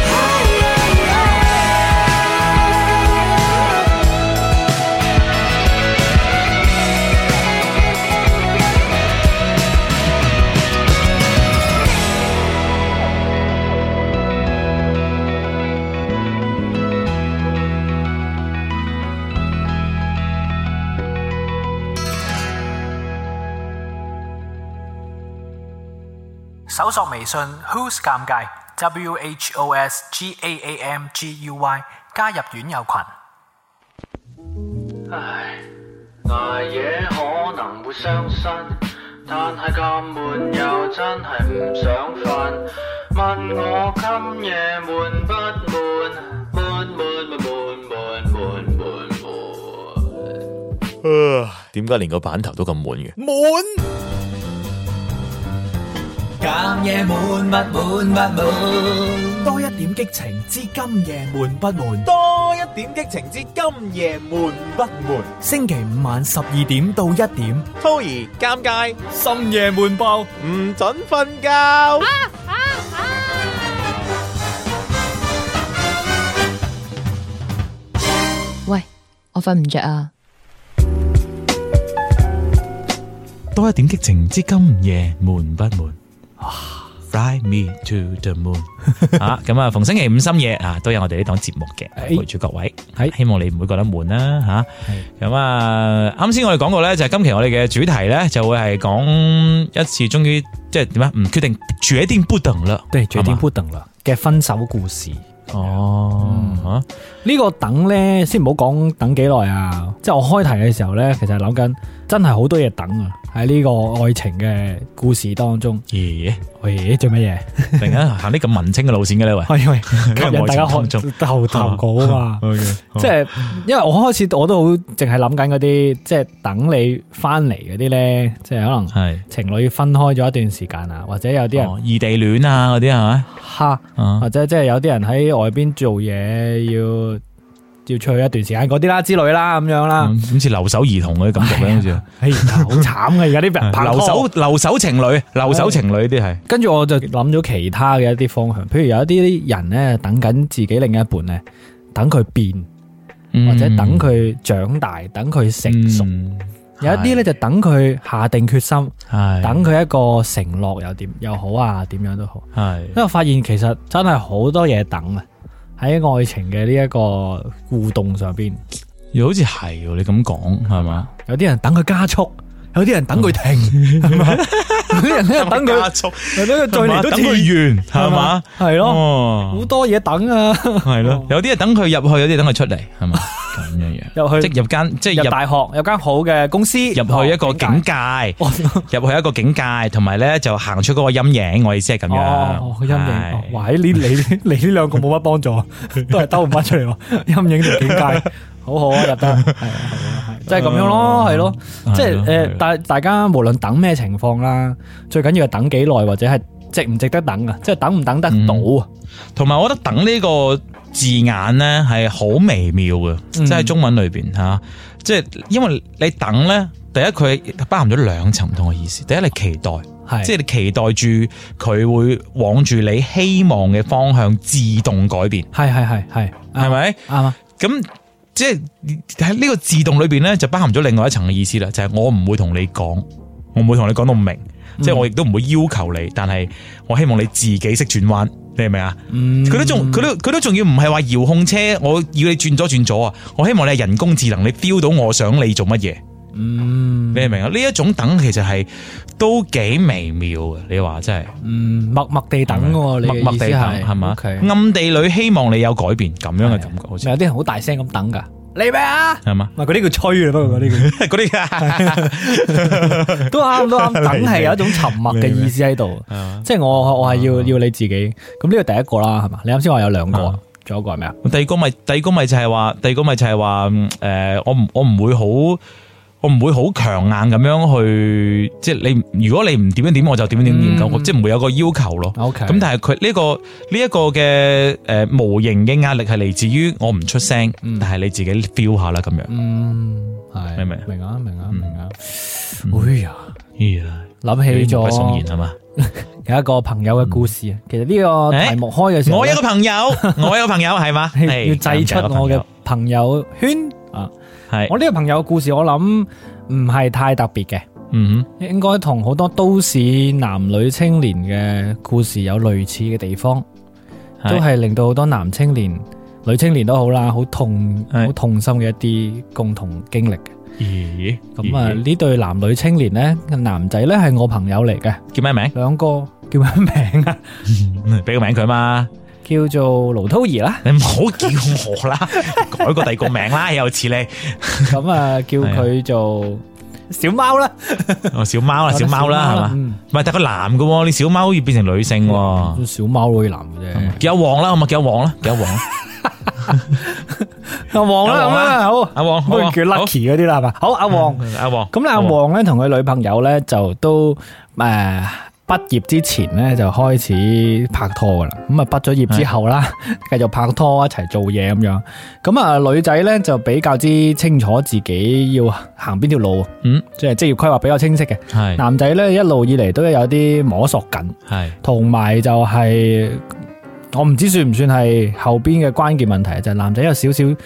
嗨呀呀！
搜索微信 Who's 尷尬 W H O S G A A M G U Y，加入院友群。
唉，捱夜可能會傷身，但係咁悶又真係唔想瞓。問我今夜悶不悶？悶悶悶悶悶悶悶悶。
点解连个版头都咁满嘅？
cảm giác mặn mặn mặn mặn, đa một điểm kích tình, chỉ hôm nay mặn không mặn,
多一點激情之今夜悶不悶
thứ năm晚12 điểm đến 1 điểm,
Toy 尷尬，
深夜闷爆，
唔准瞓覺。
喂，我瞓唔着啊！
多一點激情之今夜悶不悶？ Fly Me to the Moon 啊！咁啊，逢星期五深夜啊，都有我哋呢檔節目嘅
哎
陪住各位，
係
希望你唔會覺得悶啦吓。咁啊，啱先我哋講過咧，就係今期我哋嘅主題咧，就會係講一次終於即係點啊？唔決定決定不等啦。
对，决定
係嘛
不等啦嘅分手故事。嗯
哦，
呢個等呢，先唔好講等幾耐啊！即係我開題嘅時候呢，其實係諗緊真係好多嘢等啊！喺呢個愛情嘅故事當中，
嚇咦，
喂，做乜嘢？
突然間行啲咁文青嘅路線嘅呢位。
喂喂，
係
人
愛
大
情
家
當中
開投投稿 啊嘛！
即
即係因為我開始我都好淨係諗緊嗰啲，即係等你翻嚟嗰啲呢，即係可能
係
情侶分開咗一段時間啊，或者有啲人
哦異地戀啊嗰啲係咪？
哈，
啊
或者即係有啲人喺外邊做嘢要要出去一段時間嗰啲啦之類啦咁樣啦。
嗯好似留守兒童嗰啲感覺咧，好似。
哎呀，好慘嘅而 家啲人拍
留
拖
守。留守情侶，留守情侶呢啲係
跟住我就諗咗其他嘅一啲方向，譬如有一啲人咧等緊自己另一半咧，等佢變
嗯
或者等佢長大，等佢成熟；有一啲咧就等佢下定決心，
係
等佢一個承諾又點又好啊，點樣都好。因
係
為我發現其實真係好多嘢等啊，喺愛情嘅呢一個互動上邊，
又好似係喎你咁講係嘛？
有啲人等佢加速，有啲人等佢 停，係咪有啲人咧等佢。
加速
有啲佢再嚟都
等佢
跳，
完係嘛？
係咯，好
哦，
多嘢等啊，
係咯，有啲係等佢入去，有啲係等佢出嚟係嘛？咁樣樣
入去
即係入間即係
入
入
大學有間好嘅公司，
入去一個境
境界，
界。
哦
入去一個境界，同埋咧就行出嗰個陰影，我意思係咁樣。
哦，個陰
係
影，哇！呢你你你呢兩個冇 乜幫助，都係兜唔翻出嚟喎。陰影同境界，好好 啊，入得，係啊係啊係，即係咁樣咯，係咯，即係
係咯
誒，大大家無論等咩情況啦，最緊要係等幾耐，或者係值唔值得等啊，即係等唔等得到啊，
同埋我覺得等呢個字眼咧係好微妙嘅，
嗯
即係喺中文裏邊吓，即係因為你等咧，第一佢包含咗兩層唔同嘅意思。第一，你期待，
係，
即係你期待住佢會往住你希望嘅方向自動改變，
係係係係，
係咪？
啱啊？
咁即係喺呢個自動裏邊咧，就包含咗另外一層嘅意思啦，就係、我唔會同你講，我唔會同你講到明，
嗯
即係我亦都唔會要求你，但係我希望你自己識轉彎，你明唔明啊？
嗯
佢都仲佢都佢都仲要唔係話遙控車，我要你轉左轉左啊！我希望你係人工智能，你 feel 到我想你做乜嘢，
嗯
你明唔明啊？呢一種等其實係都幾微妙嘅，你話真係。
嗯，默默地等喎，你嘅
默默地
意思
等係嘛？嗯
OK
暗地裏希望你有改變咁樣嘅感覺，好似
咪有啲人好大聲咁等㗎，嚟咩啊？
係嘛？
唔係嗰啲叫吹啊，不過嗰啲啊叫
嗰啲
都啱都啱，等係有一種沉默嘅意思喺度，
啊
即係我我係要要你自己。咁呢個第一個啦，係嘛？你啱先話有兩
啊
個啊，仲有一個係咩啊？
第二個咪第二個咪就係話，第二個咪就係話，嗯誒、我唔我唔會好，我唔會好強硬咁樣去，即係你如果你唔點樣點，我就點樣點點
嗯
咁，即係唔會有個要求咯。
OK
咁但係佢呢個呢一、個嘅誒、呃、無形嘅壓力係嚟自於我唔出聲，但係你自己 feel 下啦咁樣。
嗯，係
明唔明啊嗯
明啊明啊明啊！哎呀，
呀，
諗起
不送言啊
咗
係嘛？
有一個朋友嘅故事啊。其實呢個題目開嘅時候
我
呢，
有個朋 友，我有個朋友係嘛？係
要制出我嘅朋友圈啊。
係，
我呢個朋友嘅故事，我諗唔係太特別嘅。
嗯
應該同好多都市男女青年嘅故事有類似嘅地方，
哼，
都係令到好多男青年、女青年都好啦，好痛、
係
好痛心嘅一啲共同經歷嘅。
咦
咁啊，
咦
呢對男女青年呢，男仔呢係我朋友嚟嘅，
叫咩名？
兩個叫咩名啊？
俾個名 佢嘛。
叫做盧涛兒啦
，你唔好叫 我啦，改個第二個名啦，又似你
咁啊叫佢做小貓啦，
哦小貓啦，小貓啦，係嘛？
嗯
唔係，但個男嘅喎，你小貓要變成女性喎，
小貓女男 嘅啫，
叫阿黃啦，好嘛？叫阿黃啦，叫阿 黃，阿
阿黃啦，咁
黃啦
啦，好，
阿黃，
不如
好
叫 Lucky 嗰啲啦，係嘛？好，阿黃。
好阿黃，
咁咧，阿
好啊
旺咧同佢女朋友咧就都誒畢業之前咧就開始拍拖噶啦。咁啊畢咗業之後 啦，繼續拍拖一齊做嘢咁樣。咁啊女仔咧就比較之清楚自己要行邊條路，啊
嗯，
即係職業規劃比較清晰嘅。
係
男仔咧一路以嚟都有啲摸索緊，
係
同埋就係、我唔知算唔算係後邊嘅關鍵問題，就係、男仔有少少誒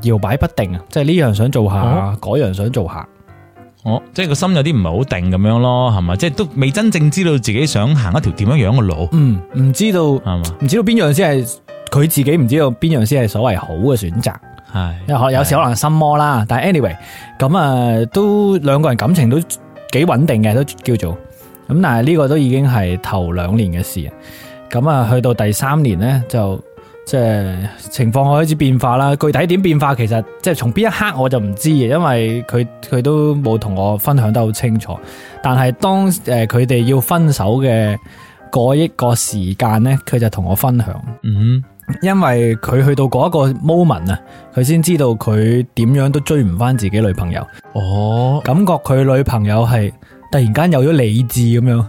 搖擺不定啊，即係呢樣想做下，嗰、樣想做下。
我即係個心有啲唔係好定咁樣咯，係嘛？即係都未真正知道自己想行一條點樣樣嘅路，
嗯，唔知道唔
係嘛？
知道邊樣先係佢自己唔知道邊樣先係所謂好嘅選擇。
係
因為可能有時可能心魔啦，但係 anyway，咁啊都兩個人感情都幾穩定嘅，都叫做咁。但係呢個都已經係頭兩年嘅事，咁啊去到第三年呢，就即係情況開始變化啦。具體點變化其實即係從邊一刻我就唔知嘅，因為佢佢都冇同我分享得好清楚。但係當誒佢哋要分手嘅嗰一個時間呢，佢就同我分享。
嗯
因為佢去到嗰一個 moment 啊，佢先知道佢點樣都追唔翻自己女朋友，
哼哦，
感覺佢女朋友係突然間有咗理智咁樣，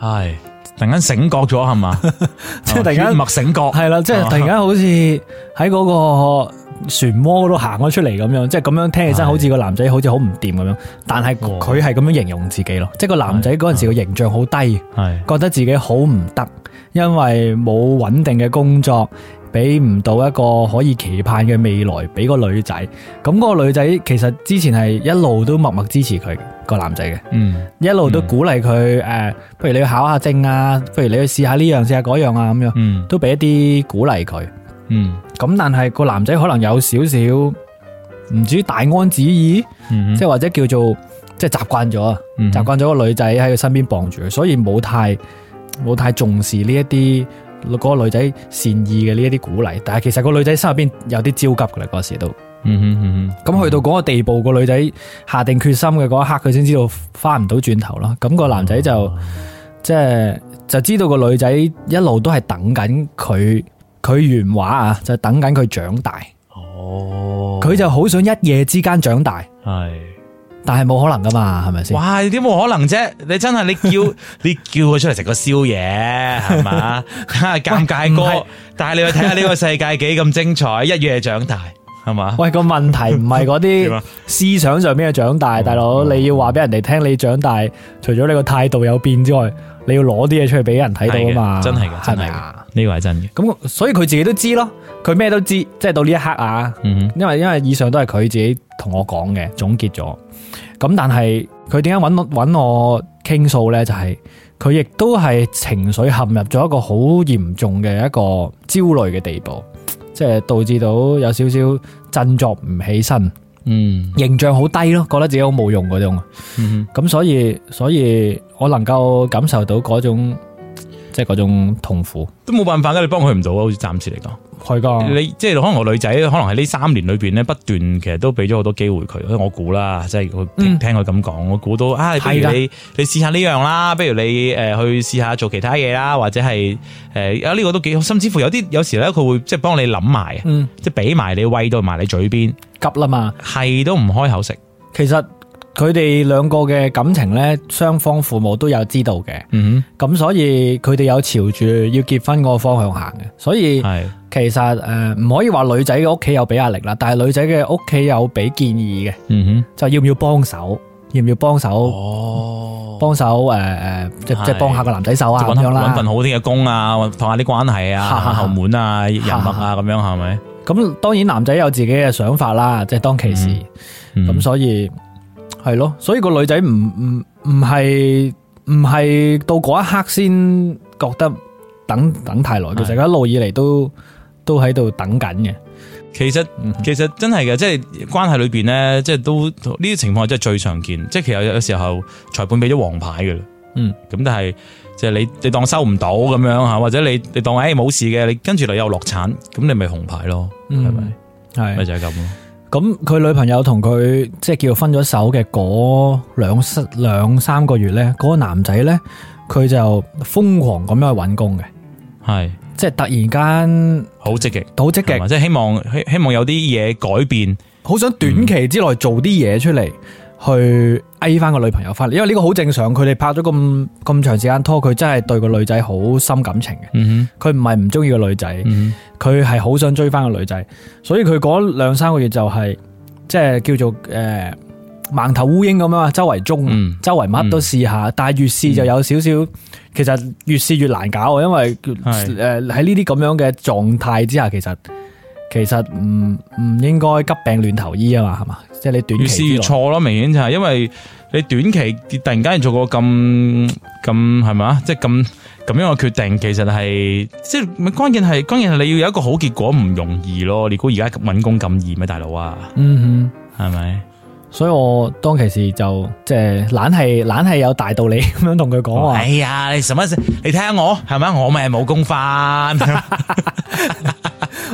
係突然間醒覺咗係嘛？
即係突然間
血脈醒覺，
係哦啦，即係突然間好似喺嗰個漩渦嗰度行咗出嚟咁樣，即係咁樣聽起身好似個男仔好似好唔掂咁樣，但係
哦
佢係咁樣形容自己咯，即係個男仔嗰陣時個形象好低。
係
覺得自己好唔得，因為冇穩定嘅工作，俾唔到一個可以期盼嘅未來俾個女仔。咁、嗰個女仔其實之前係一路都默默支持佢個男仔嘅，
嗯
一路都鼓勵佢誒，不如你去考下證啊，不如你去試下呢樣試下嗰樣啊，咁樣
嗯
都俾一啲鼓勵佢。
嗯
咁但係個男仔可能有少少唔知大安旨意，
嗯
即係或者叫做即係習慣咗啊。
嗯
習慣咗個女仔喺佢身邊傍住佢，所以冇太冇太重視呢一啲嗰個女仔善意嘅呢一啲鼓勵。但係其實個女仔心入邊有啲焦急㗎啦，嗰時都
嗯哼嗯哼
咁去到嗰個地步，個女仔下定決心嘅嗰一刻，佢先知道翻唔到轉頭啦。咁、個男仔就、
哦
即係就知道個女仔一路都係等緊佢，佢原話啊，就係等緊佢長大。
哦
佢就好想一夜之間長大，
係。
但係冇可能噶嘛，係咪先？
哇！點冇可能啫？你真係你叫 你叫佢出嚟食個宵夜係 嘛？尷尬
喂唔係
哥，但係你去睇下呢個世界幾咁精彩，一夜長大係嘛？
喂，個問題唔係 嗰
點
啲
啊嗯
思想上面嘅長大，大佬你要話俾人哋聽，你長大除咗你個態度有變之外，你要攞啲嘢出去俾人睇到啊
係
嘛，
嘅真係嘅，
係
真
咪
係
啊？
嘅，呢個係真嘅。
咁所以佢自己都知咯，佢咩都知，即係到呢一刻啊，
嗯
因為因為以上都係佢自己同我講嘅總結咗。咁但係佢點解揾揾我傾訴呢？就係佢亦都係情緒陷入咗一個好嚴重嘅一個焦慮嘅地步，即係導致到有少少振作唔起身，
嗯
形象好低咯，覺得自己好冇用嗰種。
嗯
咁所以所以我能夠感受到嗰種即係嗰種痛苦。
哼，都冇辦法㗎，你幫佢唔到啊！好似暫時嚟講，
係噶，
你即係可能個女仔，可能喺呢三年裏邊咧，不斷其實都俾咗好多機會佢。我估啦，即係佢聽
嗯
聽佢咁講，我估到啊，不
係
如
㗎
你你試下呢樣啦，不如你誒、呃去試下做其他嘢啦，或者係誒啊呢個都幾好，甚至乎有啲有時咧佢會即係幫你諗埋，
嗯
即係俾埋你喂到埋你嘴邊，
急啦嘛。
係都唔開口食。
其實佢哋兩個嘅感情呢，雙方父母都有知道嘅，
嗯
咁所以佢哋有朝住要結婚嗰個方向行嘅。所以
哼，係
其實诶唔、可以話女仔嘅屋企有俾壓力啦，但係女仔嘅屋企有俾建議嘅，
嗯
就要唔要幫手，要唔要
哼，
幫手
哦
幫手诶诶，誒即
係
即係幫下個男仔手啊
即係
咁
揾
樣
揾份
啦。
好啲嘅工啊，同下啲關係啊，
哈哈
行下後門啊，人脈啊，咁樣係咪？
咁當然男仔有自己嘅想法啦，即係當其時。
嗯
咁所以系咯，所以個女仔唔唔唔係唔係到嗰一刻先覺得等等太耐，其實佢一路以嚟都都喺度等緊嘅。
其實其實真係嘅，即係關係裏邊咧，即係都呢啲情況真係最常見。即係其實有有時候裁判俾咗黃牌嘅啦，
嗯，
咁但係即係你你當收唔到咁樣吓，或者你你當誒冇事嘅，你跟住你又落產，咁你咪紅牌咯，係咪？咪
係
嗯就係咁咯。
咁，佢女朋友同佢即係叫分咗手嘅嗰兩三兩三個月呢，嗰、個男仔呢，佢就瘋狂咁樣去揾工嘅，
係
即係突然間
好積極，
好積
係嘛
極，
即係希望希希望有啲嘢改變，
好想短期之內做啲嘢出嚟，去翳翻個女朋友翻嚟，因為呢個好正常。佢哋拍咗咁咁長時間拖，佢真係對個女仔好深感情嘅。
嗯
佢唔係唔中意個女仔，
嗯
佢係好想追翻個女仔，所以佢嗰兩三個月就係、即係叫做誒、呃盲頭烏蠅咁樣啊，周圍中，
嗯
周圍乜都試下，但係越試就有少少，其實呃越試越難搞啊，因誒喺呢啲咁樣嘅狀態之下，其實其實唔唔應該急病亂投醫啊嘛，係嘛？即係你短
越
期
試越
之內
錯咯，明顯就係因為你短期突然間做個咁咁係咪啊？即係咁咁樣嘅決定，其實係即係咪關鍵係關鍵係你要有一個好結果唔容易咯。你估而家揾工咁易咩，大佬啊？
嗯
係咪？
哼，所以我當其時就即係懶係懶係有大道理 咁樣同佢講話
哎，呀，你什麼事？你睇下我係咪啊？我咪係冇工 翻，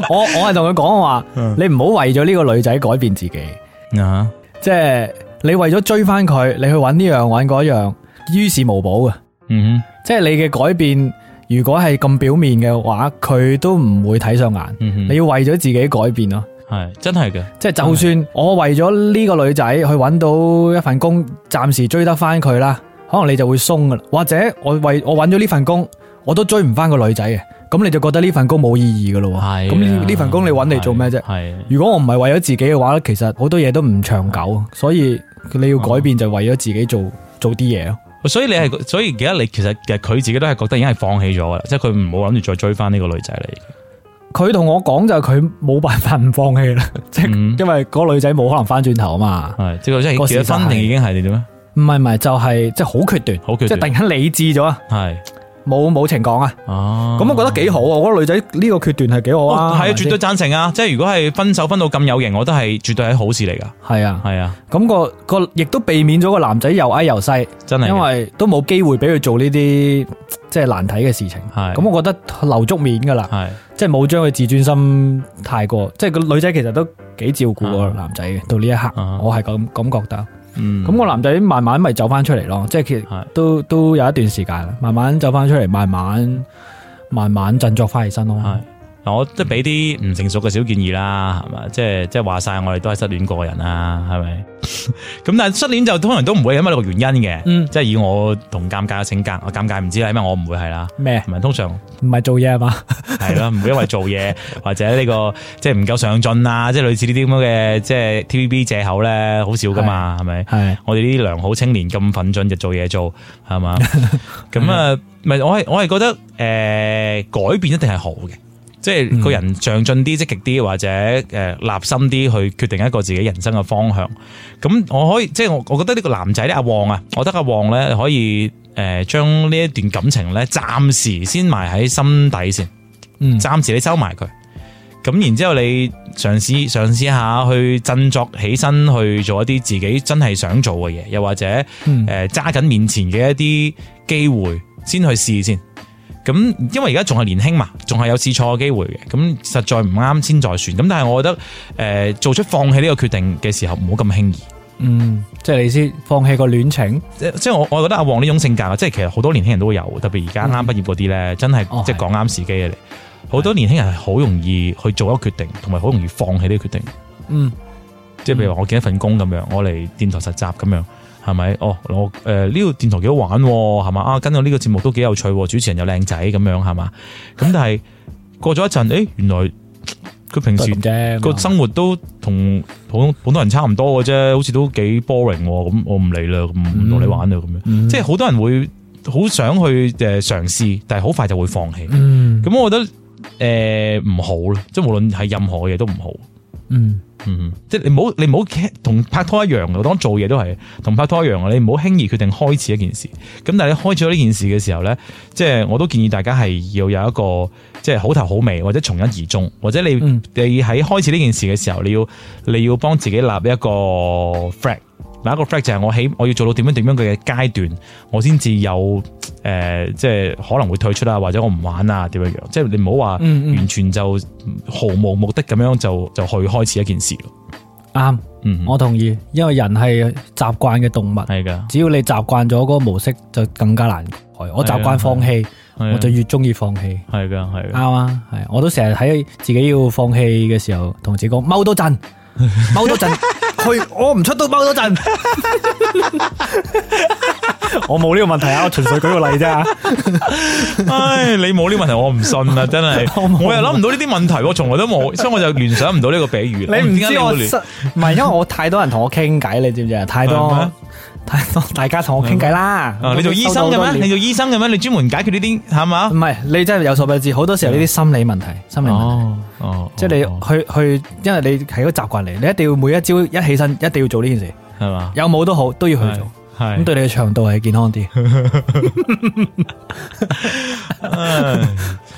我我係同佢講話，
嗯
你唔好為咗呢個女仔改變自己。
啊
即係你為咗追翻佢，你去揾呢樣揾嗰樣，於事無補嘅。
嗯哼
即係你嘅改變，如果係咁表面嘅話，佢都唔會睇上眼。
嗯哼
你要為咗自己改變咯。
係真係嘅，
即係就算我為咗呢個女仔去揾到一份工，暫時追得翻佢啦，可能你就會鬆噶啦。或者我為我揾咗呢份工，我都追唔翻個女仔嘅，咁你就覺得呢份工冇意義噶咯喎。
係啊
咁呢呢份工你揾嚟做咩啫？
係
如果我唔係為咗自己嘅話，其實好多嘢都唔長久，所以你要改變就係為咗自己做做啲嘢咯。
所以你係，所以而家你其實其實佢自己都係覺得已經係放棄咗噶啦，即係佢唔好諗住再追翻呢個女 仔嚟。
佢同我講就係佢冇辦法唔放棄啦，即
嗯
係因為嗰個女仔冇可能翻轉頭啊嘛。
係，即係佢真係
個
結
事實
咗婚
係
定已經係你點咧？
唔係唔係，就係即係好決斷，
好決斷
即係突然間理智咗啊，
係，
冇冇情講啊。
哦，
咁我覺得幾好啊，我覺得女仔呢個決斷係幾好
哦
啊，
係啊，
咪先
絕對贊成啊！即係如果係分手分到咁有型，我覺得係絕對係好事嚟噶。
係啊。
係啊，
咁個個亦都避免咗個男仔又矮又細，
真係嘅
因為都冇機會俾佢做呢啲即係難睇嘅事情。
係
咁，我覺得留足面㗎啦。
係
即係冇將佢自尊心太過，即係個女仔其實都幾照顧個
啊
男仔嘅。到呢一刻
啊，
我係咁咁覺得。
嗯
咁個男仔慢慢咪走翻出嚟咯，即係其實
係
都都有一段時間啦，慢慢走翻出嚟，慢慢慢慢振作翻起身咯。
係嗱，我即係俾啲唔成熟嘅小建議啦，係嘛？即係即係話晒，我哋都係失戀過嘅人啦，係咪？ 咁但係失戀就通常都唔會因為一個原因嘅，
嗯
即係以我同尷尬嘅性格，我尷尬唔知啦，因為我唔會係啦，
咩
係？咪？通常。
唔係做嘢係啊嘛？
系啦，唔會因為做嘢 或者呢、個即係唔夠上進啊，即係類似呢啲咁嘅即係 TVB 借口咧，好少噶嘛，係咪？
係
我哋呢啲良好青年咁奮進就做嘢做，係 嘛？咁啊，咪我係我係覺得诶、呃改變一定係好嘅，即係個人上進啲、積極啲或者诶、呃立心啲去決定一個自己人生嘅方向。咁我可以即係我我覺得呢個男仔咧，阿旺啊，我覺得阿旺咧可以诶将呢一段感情咧暫時先埋喺心底先。
嗯，
暫時你收埋佢，咁然之後你嘗試嘗試下去振作起身，去做一啲自己真係想做嘅嘢，又或者誒
嗯
揸緊面前嘅一啲機會先去試先。咁因為而家仲係年輕嘛，仲係有試錯嘅機會嘅，咁實在唔啱先再算。咁但係我覺得誒、呃做出放棄呢個決定嘅時候，唔好咁輕易。
嗯，即係你先放棄個戀情，
即即係我，我覺得阿旺呢種性格啊，即係其實好多年輕人都會有，特別而家啱畢業嗰啲咧，真係
嗯哦
即係
係
講啱時機嘅嚟。好多年輕人係好容易去做一個決定，同埋好容易放棄呢個決定。
嗯，
即係譬如話我見一份工咁樣，我嚟電台實習咁樣，係咪？哦，我誒呢個電台幾好玩喎，係嘛？啊，跟住呢個節目都幾有趣喎，主持人又靚仔咁樣，係嘛？咁但係過咗一陣，誒原來佢平
都係
時
咁啊啫。
嗯個生活都同普通普通人差唔多嘅啫，好似都幾 boring 喎。咁我唔理啦，咁唔同你玩啦，咁樣。
嗯
即係好多人會好想去誒嘗試，但係好快就會放棄。
嗯
咁我覺得誒唔、好咯，即係無論係任何嘢都唔好。
嗯
嗯，即係你唔好你唔好同拍拖一樣嘅，我當做嘢都係同拍拖一樣嘅，你唔好輕易決定開始一件事。咁但係你開始咗呢件事嘅時候咧，即係我都建議大家係要有一個即係好頭好尾，或者從一而終，或者你、
嗯
你喺開始呢件事嘅時候，你要你要幫自己立一個 flag。嗱一個 flag 就係我起我要做到點樣點樣嘅階段，我先至有誒、呃即係可能會退出啊，或者我唔玩啊點樣樣，即係你唔好話
嗯嗯
完全就毫無目的咁樣就就去開始一件事咯。
啱，
嗯，
我同意，因為人係習慣嘅動物，
係噶，
只要你習慣咗嗰個模式，就更加難改。我
啊
習慣放棄，我
我
就越中意放棄。
係噶，係噶，
啱啊，系我都成日喺自己要放棄嘅時候，同自己講踎 多陣，踎多陣，去我唔出都踎多陣。 我冇呢個問題啊，我純粹舉個例啫啊。
唉，你冇呢個問題，我唔信 啊！真係，
我冇
我又諗唔到呢啲問題喎，從來都冇，所以我就聯 想唔到呢個比喻。
你
點
唔
解
知
會
我
聯
失唔係因為我太多人同我傾偈，你知唔知啊？太
係
多
咩
大家同我傾偈啦。
啊，你做醫生
收到好
嘅咩？
多料
你做醫生嘅咩？你專門解決呢啲係嘛
唔？係，你真係有所不知，好多時候呢啲心理問題，心理問題。
嗯哦哦，
嗯即係你
哦
去去，因為你係一個習慣嚟，你一定要每一朝一起身一定要做呢件事，
係嘛？
有冇都好都要去做，
係
咁對你嘅腸道係健康啲。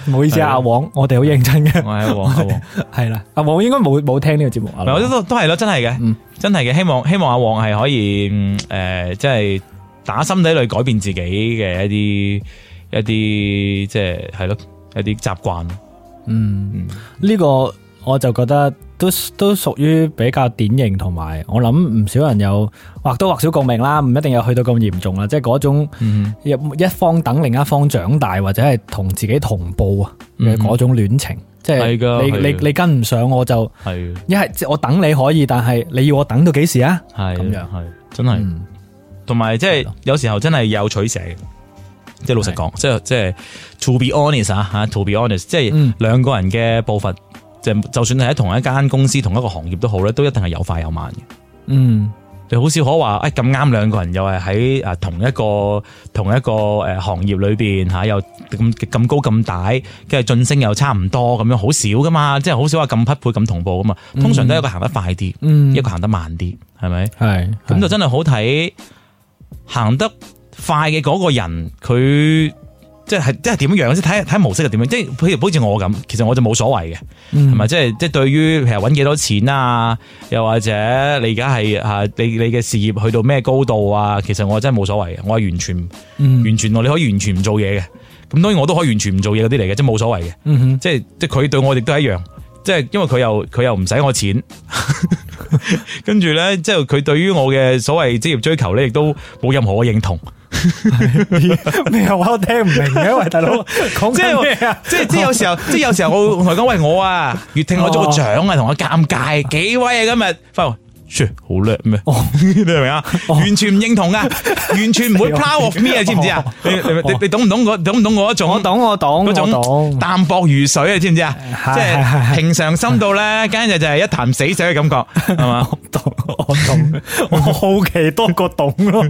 唔好意思啊，阿黃，我哋好認真
我
嘅，
係阿 黃阿黃。
係啦，阿黃應該冇冇聽呢個節目
唔係我
啊
覺得，都都係咯，真係嘅，
嗯
真係嘅。希望希望阿旺係可以誒、呃即係打心底裏改變自己嘅一啲一啲，即係係咯一啲習慣。
嗯，呢個我就覺得都都屬於比較典型，同埋我諗唔少人有或多或少共鳴啦，唔一定有去到咁嚴重啦，即係嗰種
嗯
一一方等另一方長大，或者係同自己同步啊嘅
嗯
嗰種戀情，即
係㗎
係
係
你你
㗎
你跟唔上我就
哼，係
一係即係我等你可以，但係你要我等到幾時啊？
係
咁樣
係真係。
嗯
同埋即係有時候真係有取捨嘅，即係老實講，即係即係 to be honest 啊吓，to be honest，即係
嗯
兩個人嘅步伐，就就算係喺同一間公司、同一個行業都好咧，都一定係有快有慢嘅。
嗯
你好少可話，誒咁啱兩個人又係喺啊同一個同一個誒行業裏邊嚇，又咁咁高咁大，跟住晉升又差唔多咁樣，好少噶嘛，即係好少話咁匹配咁同步噶嘛。通常都一個行得快啲，
嗯
一個行得慢啲，係咪？
係
咁就
真
真係好睇行得快嘅嗰個人，佢即係即係點樣，即係睇睇模式係點樣。即係譬如好似我咁，其實我就冇所謂嘅。係
係
咪？即係即係對於譬如揾幾多錢啊，又或者你而家係啊，你你嘅事業去到咩高度啊？其實我真係冇所謂嘅，我係完全、
嗯
完全我你可以完全唔做嘢嘅。咁當然我都可以完全唔做嘢嗰啲嚟嘅，即係冇所謂嘅。
嗯哼
即係即係佢對我亦都係一樣，即係因為佢又佢又唔使我錢， 跟住咧即係佢對於我嘅所謂職業追求咧，亦都冇任何嘅認同。
嗯 咩話我聽唔明嘅，喂大佬講
即
緊咩
係
啊？
即係即係有 時候，即係有時候我會同佢講喂我啊，月聽攞咗個獎啊，同我尷尬，幾威啊今日，翻嚟切好叻咩？
哦
你明唔明啊？完全唔認同啊，完全 唔
哎
會 proud of me 啊，知唔知啊？你你你你懂唔懂我懂唔懂我一種？
哦我懂我懂
嗰
啊我
種
懂，
啊淡薄如水啊，知唔知啊？
係
即
係係
係
係
平常心 到咧，跟住就係一潭死水嘅感覺，係嘛？
我懂我懂，我好奇多過懂咯，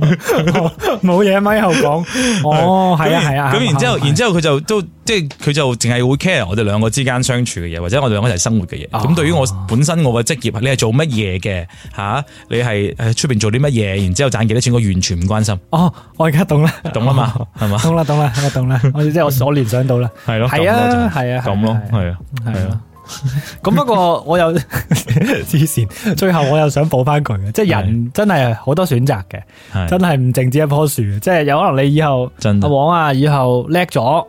冇嘢咪後講。 哦，係啊係啊，
咁然之後，然
之
之後佢就都即係佢就淨係會 care 我哋兩個之間相處嘅嘢，或者我哋兩個一齊生活嘅嘢。
啊
咁對於我本身我嘅職業，你係做乜嘢嘅吓？你係誒出邊做啲乜嘢？然之後賺幾多錢？我完全唔關心，
哦，我而家懂啦，
懂啊
哦
嘛，係嘛？
懂啦懂啦，我懂啦，我即係我我聯想到啦，
係咯，
係
咁
啊
咯
係啊
就係咁咯，
係啊
係啊，
係
係
啊
啊。
咁不過我又 之前，最後我又想補翻句嘅，即係人真係好多選擇嘅，
係啊
真係唔淨止一棵樹嘅，即係有可能你以後
真
阿
嘅
黃啊，以後叻咗，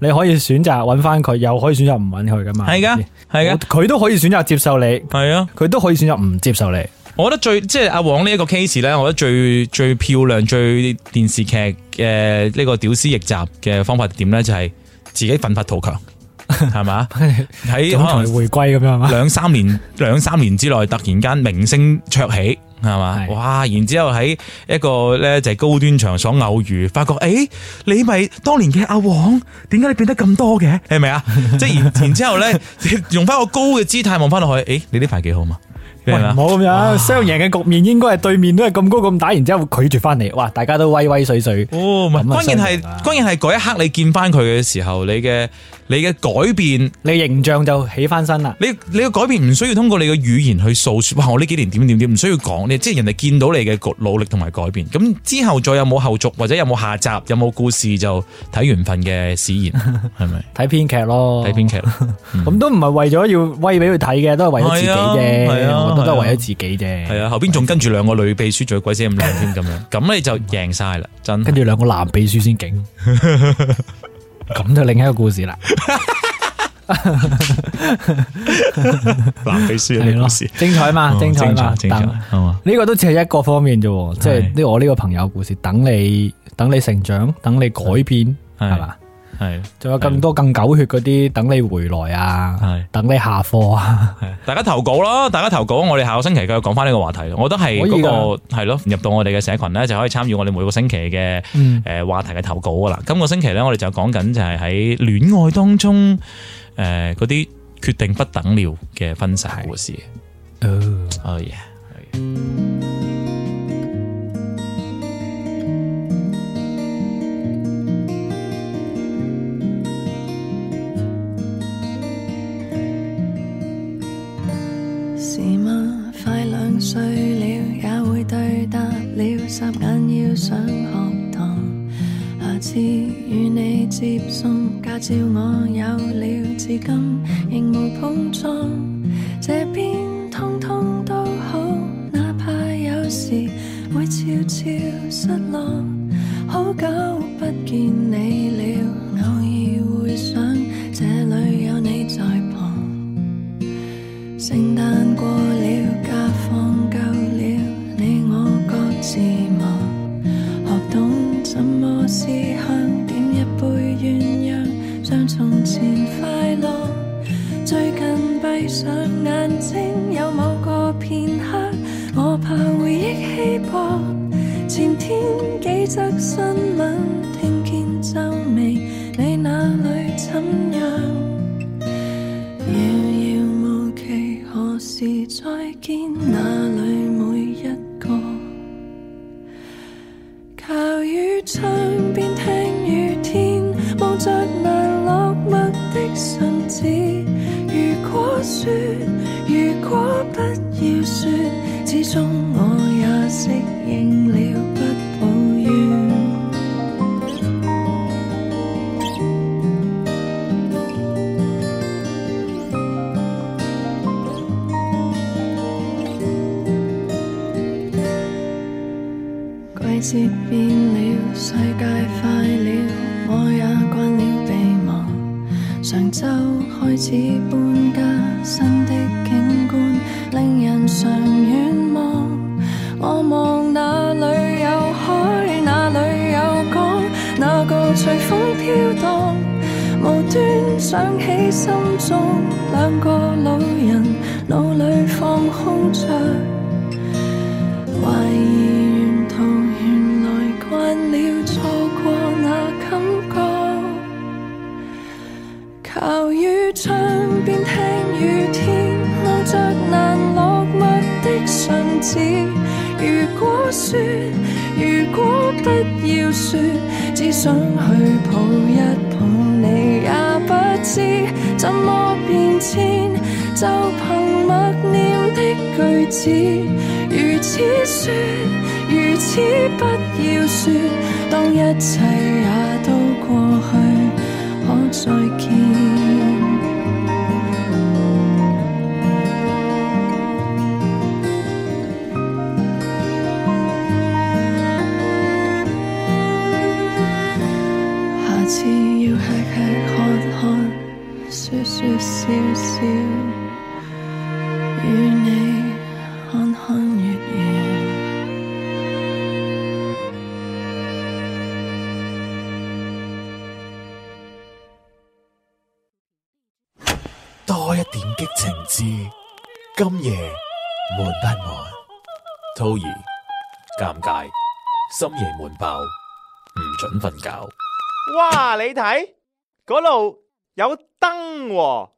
你可以選擇揾翻佢，又可以選擇唔揾佢噶嘛，
係㗎
係咪
係㗎
佢都可以選擇接受你，
係啊。
佢都可以選擇唔接受你，
我覺得最即係阿黃呢一個 case 咧，我覺得最最漂亮、最電視劇嘅呢個屌絲逆襲嘅方法點咧，就係自己奮發圖 強，係嘛？喺
總
可
裁
能
回歸咁樣啊係嘛，
兩三年兩三年之內，突然間明星卓起。係嘛？
係
哇！然之後喺一個咧就係高端場所偶遇，發覺誒、欸你咪當年嘅阿黃，點解你變得咁多嘅？係 咪啊？即係然然之後咧，用翻個高嘅姿態望翻落去，誒、你呢排幾好嘛？啊你
喂
明嘛
唔好咁樣，啊雙贏嘅局面應該係對面都係咁高咁打，然之後拒絕翻嚟，哇，大家都威威水水，
哦，唔係，
咁啊
關鍵
犀
係
利啦
關鍵係嗰一刻你見翻佢嘅時候，你嘅你嘅改變，
你形象就起翻身啦。
你你嘅改變唔需要通過你嘅語言去訴說。哇！我呢幾年點點點，唔需要講，你即係人哋見到你嘅努力同埋改變。咁之後再有冇後續或者有冇下集，有冇故事就睇緣分嘅使 然，係咪？
睇編劇咯，
睇編劇，
哦咁都唔係為咗要威俾佢睇嘅，都係為咗自己啫。
係啊係啊
我覺得都係
係啊
為咗自己啫。
係啊，後邊仲跟住兩個女秘書，仲有鬼死咁靚添咁樣，咁你就贏晒啦，真係
跟。住兩個男秘書先 勁，咁就另一個故事啦。
男秘書
係咯，精彩嘛，
哦
精彩
精
嘛
彩，精彩啊
但
係嘛
呢個都只係一個方面啫喎，即係
係
呢個我呢個朋友故事，等你等你成長，等你改變，
係
係嘛？
係。
仲有更多更狗血嗰啲，等你回來啊
係，
等你下課啊，
大家投稿啦，大家投稿，我哋下個星期繼續講翻呢個話題。我覺得係
可以
嗰、
㗎
個係咯，入到我哋嘅社群咧，就可以參與我哋每個星期嘅
嗯
誒話題嘅投稿噶啦。今個星期咧，我哋就講緊就係喺戀愛當中誒嗰啲決定不等了嘅分手故 Oh，事。
哦
哦耶！
嗎？快兩歲了，也會對答了，霎眼要上學堂。下次與你接送，駕照我有了，至今仍無碰撞。這邊通通都好，哪怕有時會悄悄失落。好久不見你了，偶爾會想，這裏有你在旁。聖誕過了，假放夠了，你我各自忙。學懂怎麼思鄉，點一杯鴛鴦，像從前快樂。最近閉上眼睛，有某個片刻，我怕回憶稀薄。前天幾則新聞，聽見皺眉，你那裏怎樣？遙遙無期，何時再見？哪裏每一個？靠雨窗邊聽雨天，望着那落墨的信紙。如果說，如果不要說，始終我也適應了，不抱怨。季節變了，世界快了，我也慣了被忘。上周開始搬家，新的景觀令人常遠望。我望哪裏有海，哪裏有港，那個隨風飄蕩。無端想起心中兩個老人，腦裏放空着。懷疑沿途原來慣了錯過那感覺，靠雨窗邊聽雨天，望着難落墨的信紙。如果說，如果不要說，只想去抱一抱你，也不知怎麼變遷，就憑默念的句子。如此說，如此不要說，當一切也都過去，可再見。下次要吃吃喝喝，說說笑笑，與你看看月圓。
多一點激情之今夜悶不悶？兔兒尷尬，深夜悶爆，唔准瞓覺。
哇！你睇嗰度有燈喎，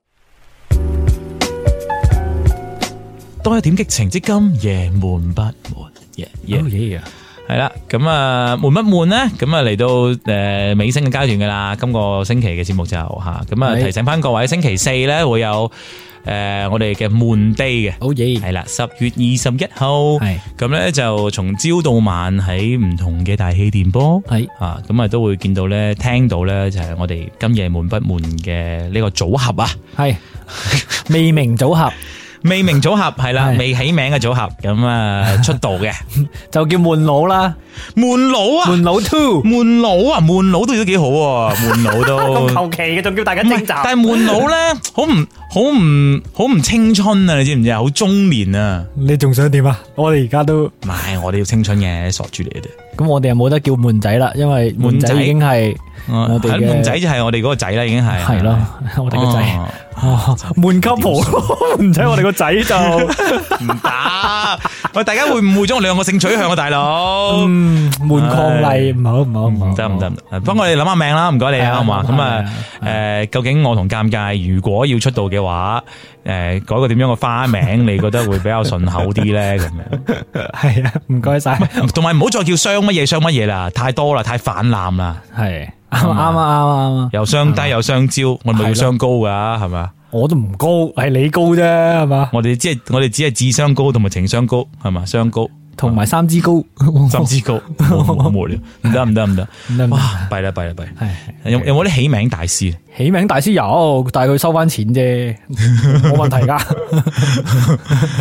多一點激情之今夜悶不悶？耶
Oh，
耶系啦，咁啊悶不悶呢？咁啊嚟到诶尾聲嘅階段噶啦，今個星期嘅節目就吓，咁啊
係
提醒翻各位，星期四咧會有诶我哋嘅悶 day 嘅。
好嘢，
系啦，十月二十一號，
係
咁咧就從朝到晚喺唔同嘅大氣電波，
係
啊，咁啊都會見到咧，聽到咧就係我哋今夜悶不悶嘅呢個組 合啊，
系未明組合
未名組合係啦，
係
未起名嘅組合，咁啊出道 嘅
就叫悶佬啦，
悶佬啊，
悶佬 two，
悶佬啊，悶佬都都幾好喎， 悶佬
咁
都。
求其嘅，仲叫大家
唔
徵
係
集，
但係悶佬咧，好唔好唔好唔青春啊！你知唔知啊？好中年啊！
你仲想點啊？我哋而家都
唔係，我哋要青春嘅，傻豬嚟嘅啫。
咁，我哋又冇得叫悶仔啦，因為悶
悶
仔
仔
已經係
我
我哋
哋
嘅
悶仔就啊係我哋嗰個仔啦，已經係
係咯，我哋個仔
哦
哦悶 couple，咯悶仔我哋個仔就
唔打。喂，大家會誤會咗我兩個性取向啊，大佬。
嗯悶抗
唉
麗，唔好唔好唔好，
唔得唔得唔得，幫我哋諗下命啦，唔該你嗯啊，
係啊
好嘛？
諗下
咁啊
命啊，
誒，究竟我同尷尬如果要出道嘅話，誒，改個點樣嘅花名，你覺得會比較順口啲 咧？咁樣，
係啊，唔該晒。
同埋唔好再叫傷乜嘢傷乜嘢啦，太多啦，太泛濫啦，
系啱啊啱啊啱啊，
又傷低又傷焦，我哋咪
係
要
咯
傷高噶，係咪啊？
我都唔高，系你高啫，系嘛？
我哋即系我哋只系智商高同埋情商高，系嘛？商高
同埋三 肢高，
三肢高，好无聊，唔得唔得唔得，哇！弊啦弊啦弊啦，有有冇啲起名大师？
起名大師有，但係佢收翻錢啫，冇問題 噶。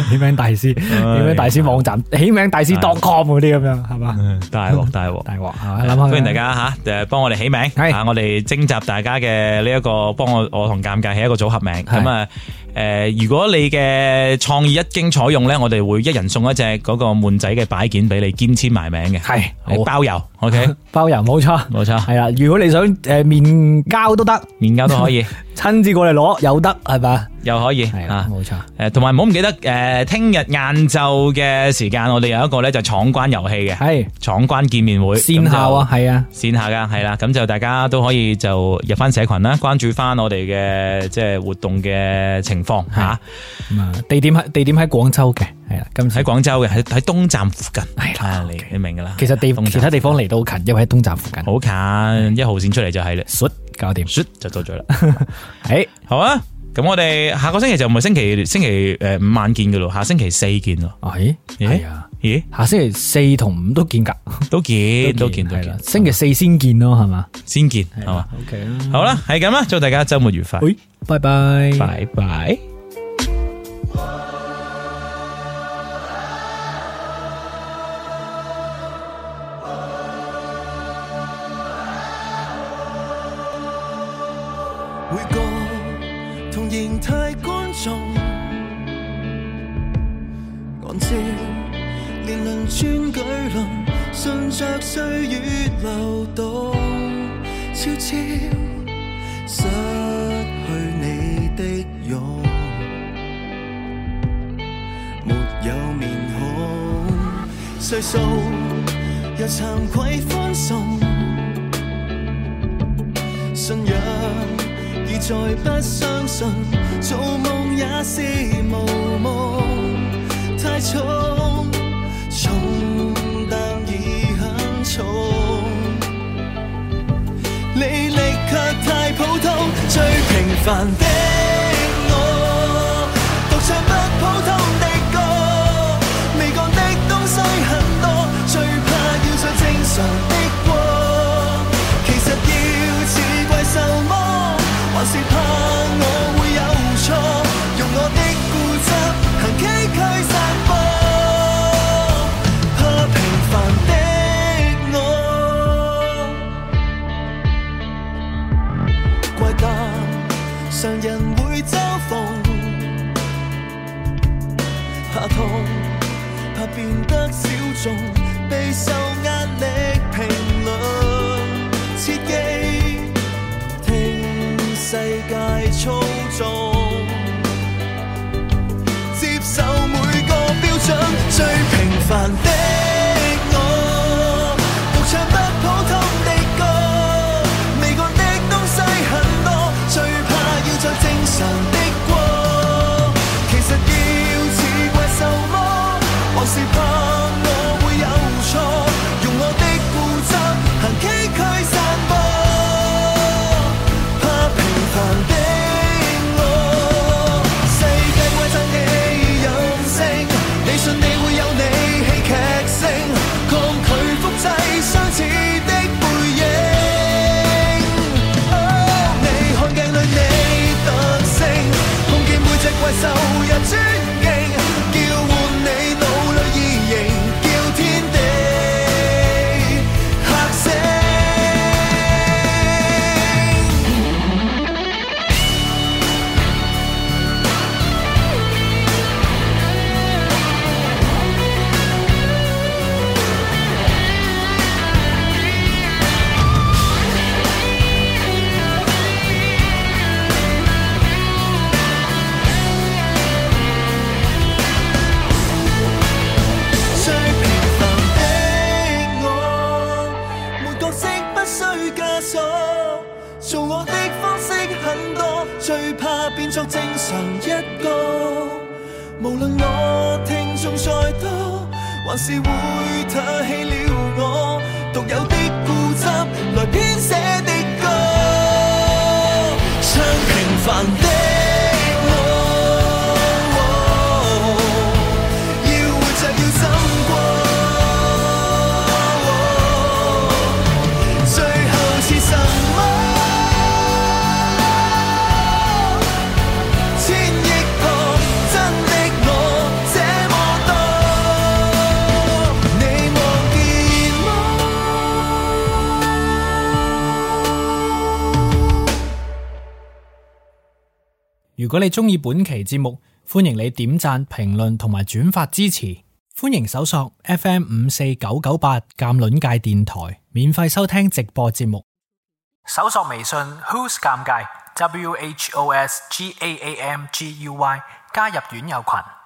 起名大師，起名大師網站，起名大師 .com 嗰啲咁樣係嘛？
大镬大镬
大镬係嘛？諗下
歡迎大家吓，诶，帮我哋起名，
係
啊，我哋征集大家嘅呢一個，幫我我同尷尬起一個組合名，
係
咁啊，诶，如果你嘅創意一經採用咧，我哋會一人送一隻嗰個闷仔嘅擺件俾你，兼簽埋名嘅，
係
你
好
包郵 o k
包郵冇錯，
冇錯
係啦。如果你想诶面交都得，
面交都可 以，
親自過嚟攞又得係嘛？
又可以
係
啊
啦，。冇錯。
诶，同埋唔好唔記得诶，聽日晏晝嘅時間，我哋有一個咧就闖關遊戲嘅，
係
闖關見面會，
線下啊，係啊，
線下噶，係啦，咁就大家都可以就入翻社群啦，關注翻我哋嘅即係活動嘅情況吓，
咁啊地點喺地點喺廣州嘅，係啦，今
嗯
次
喺廣州嘅，喺喺東站附近，
係啦
啊你你明噶啦，
其實
東
地
站
其他地方嚟到好近，因為喺東站附近，
好近，一號線出嚟就係啦，
唰搞掂。
唰就到咗啦，
诶，
好啊，咁我哋下個星期就唔係星期星期诶五晚見噶咯，下星期四見咯，
係
咦
係啊。
咦，
下星期四同五都見㗎，
都見都見
係
都
啦
見，
星期四先見咯，係嘛
先見係嘛，
？OK 啦，
好啦，係咁啦，祝大家周末愉快，
喂，拜拜。
拜拜。
每個同形態觀眾，按照年輪轉舉論，順着歲月流動，悄悄失去你的容，沒有面孔，歲數又慚愧歡送。信仰已再不相信，做夢也是無夢，太重，重擔已很重，履歷卻太普通，最平凡的我，獨唱不普通的歌，未講的東西很多，最怕要再正常的過。其實要似怪獸麼？還是怕我會有錯？用我的固執行崎嶇散步，怕平凡的我，怪答常人會嘲諷，怕痛。怕變得小眾，備受壓力評論。切記聽世界操縱，接受每個標準，最平凡的我，獨唱不普通的歌，未講的東西很多，最怕要再正常的過。其實要似怪獸麼？還是怕我會有錯？用我的固執行崎嶇散步，怕平凡的我。世界怪責你任性，你信你會有你戲劇性，抗拒複製相似的背影。你看鏡裏你特性，控見每隻怪獸也尊敬，叫喚你腦裏異形，叫天地嚇醒。最平凡的我，沒角色不需枷鎖，做我的方式很多，最怕變作正常一個。無論我聽眾再多，還是會唾棄了我獨有的固執來編寫的歌，唱平凡的。
如果你中意本期節目，歡迎你點讚、評論同埋轉發支持。歡迎搜索 FM 五四九九八鑑論界電台，免費收聽直播節目。
搜索微信 Who's 尷尬 W H O S G A A M G U Y 加入院友群。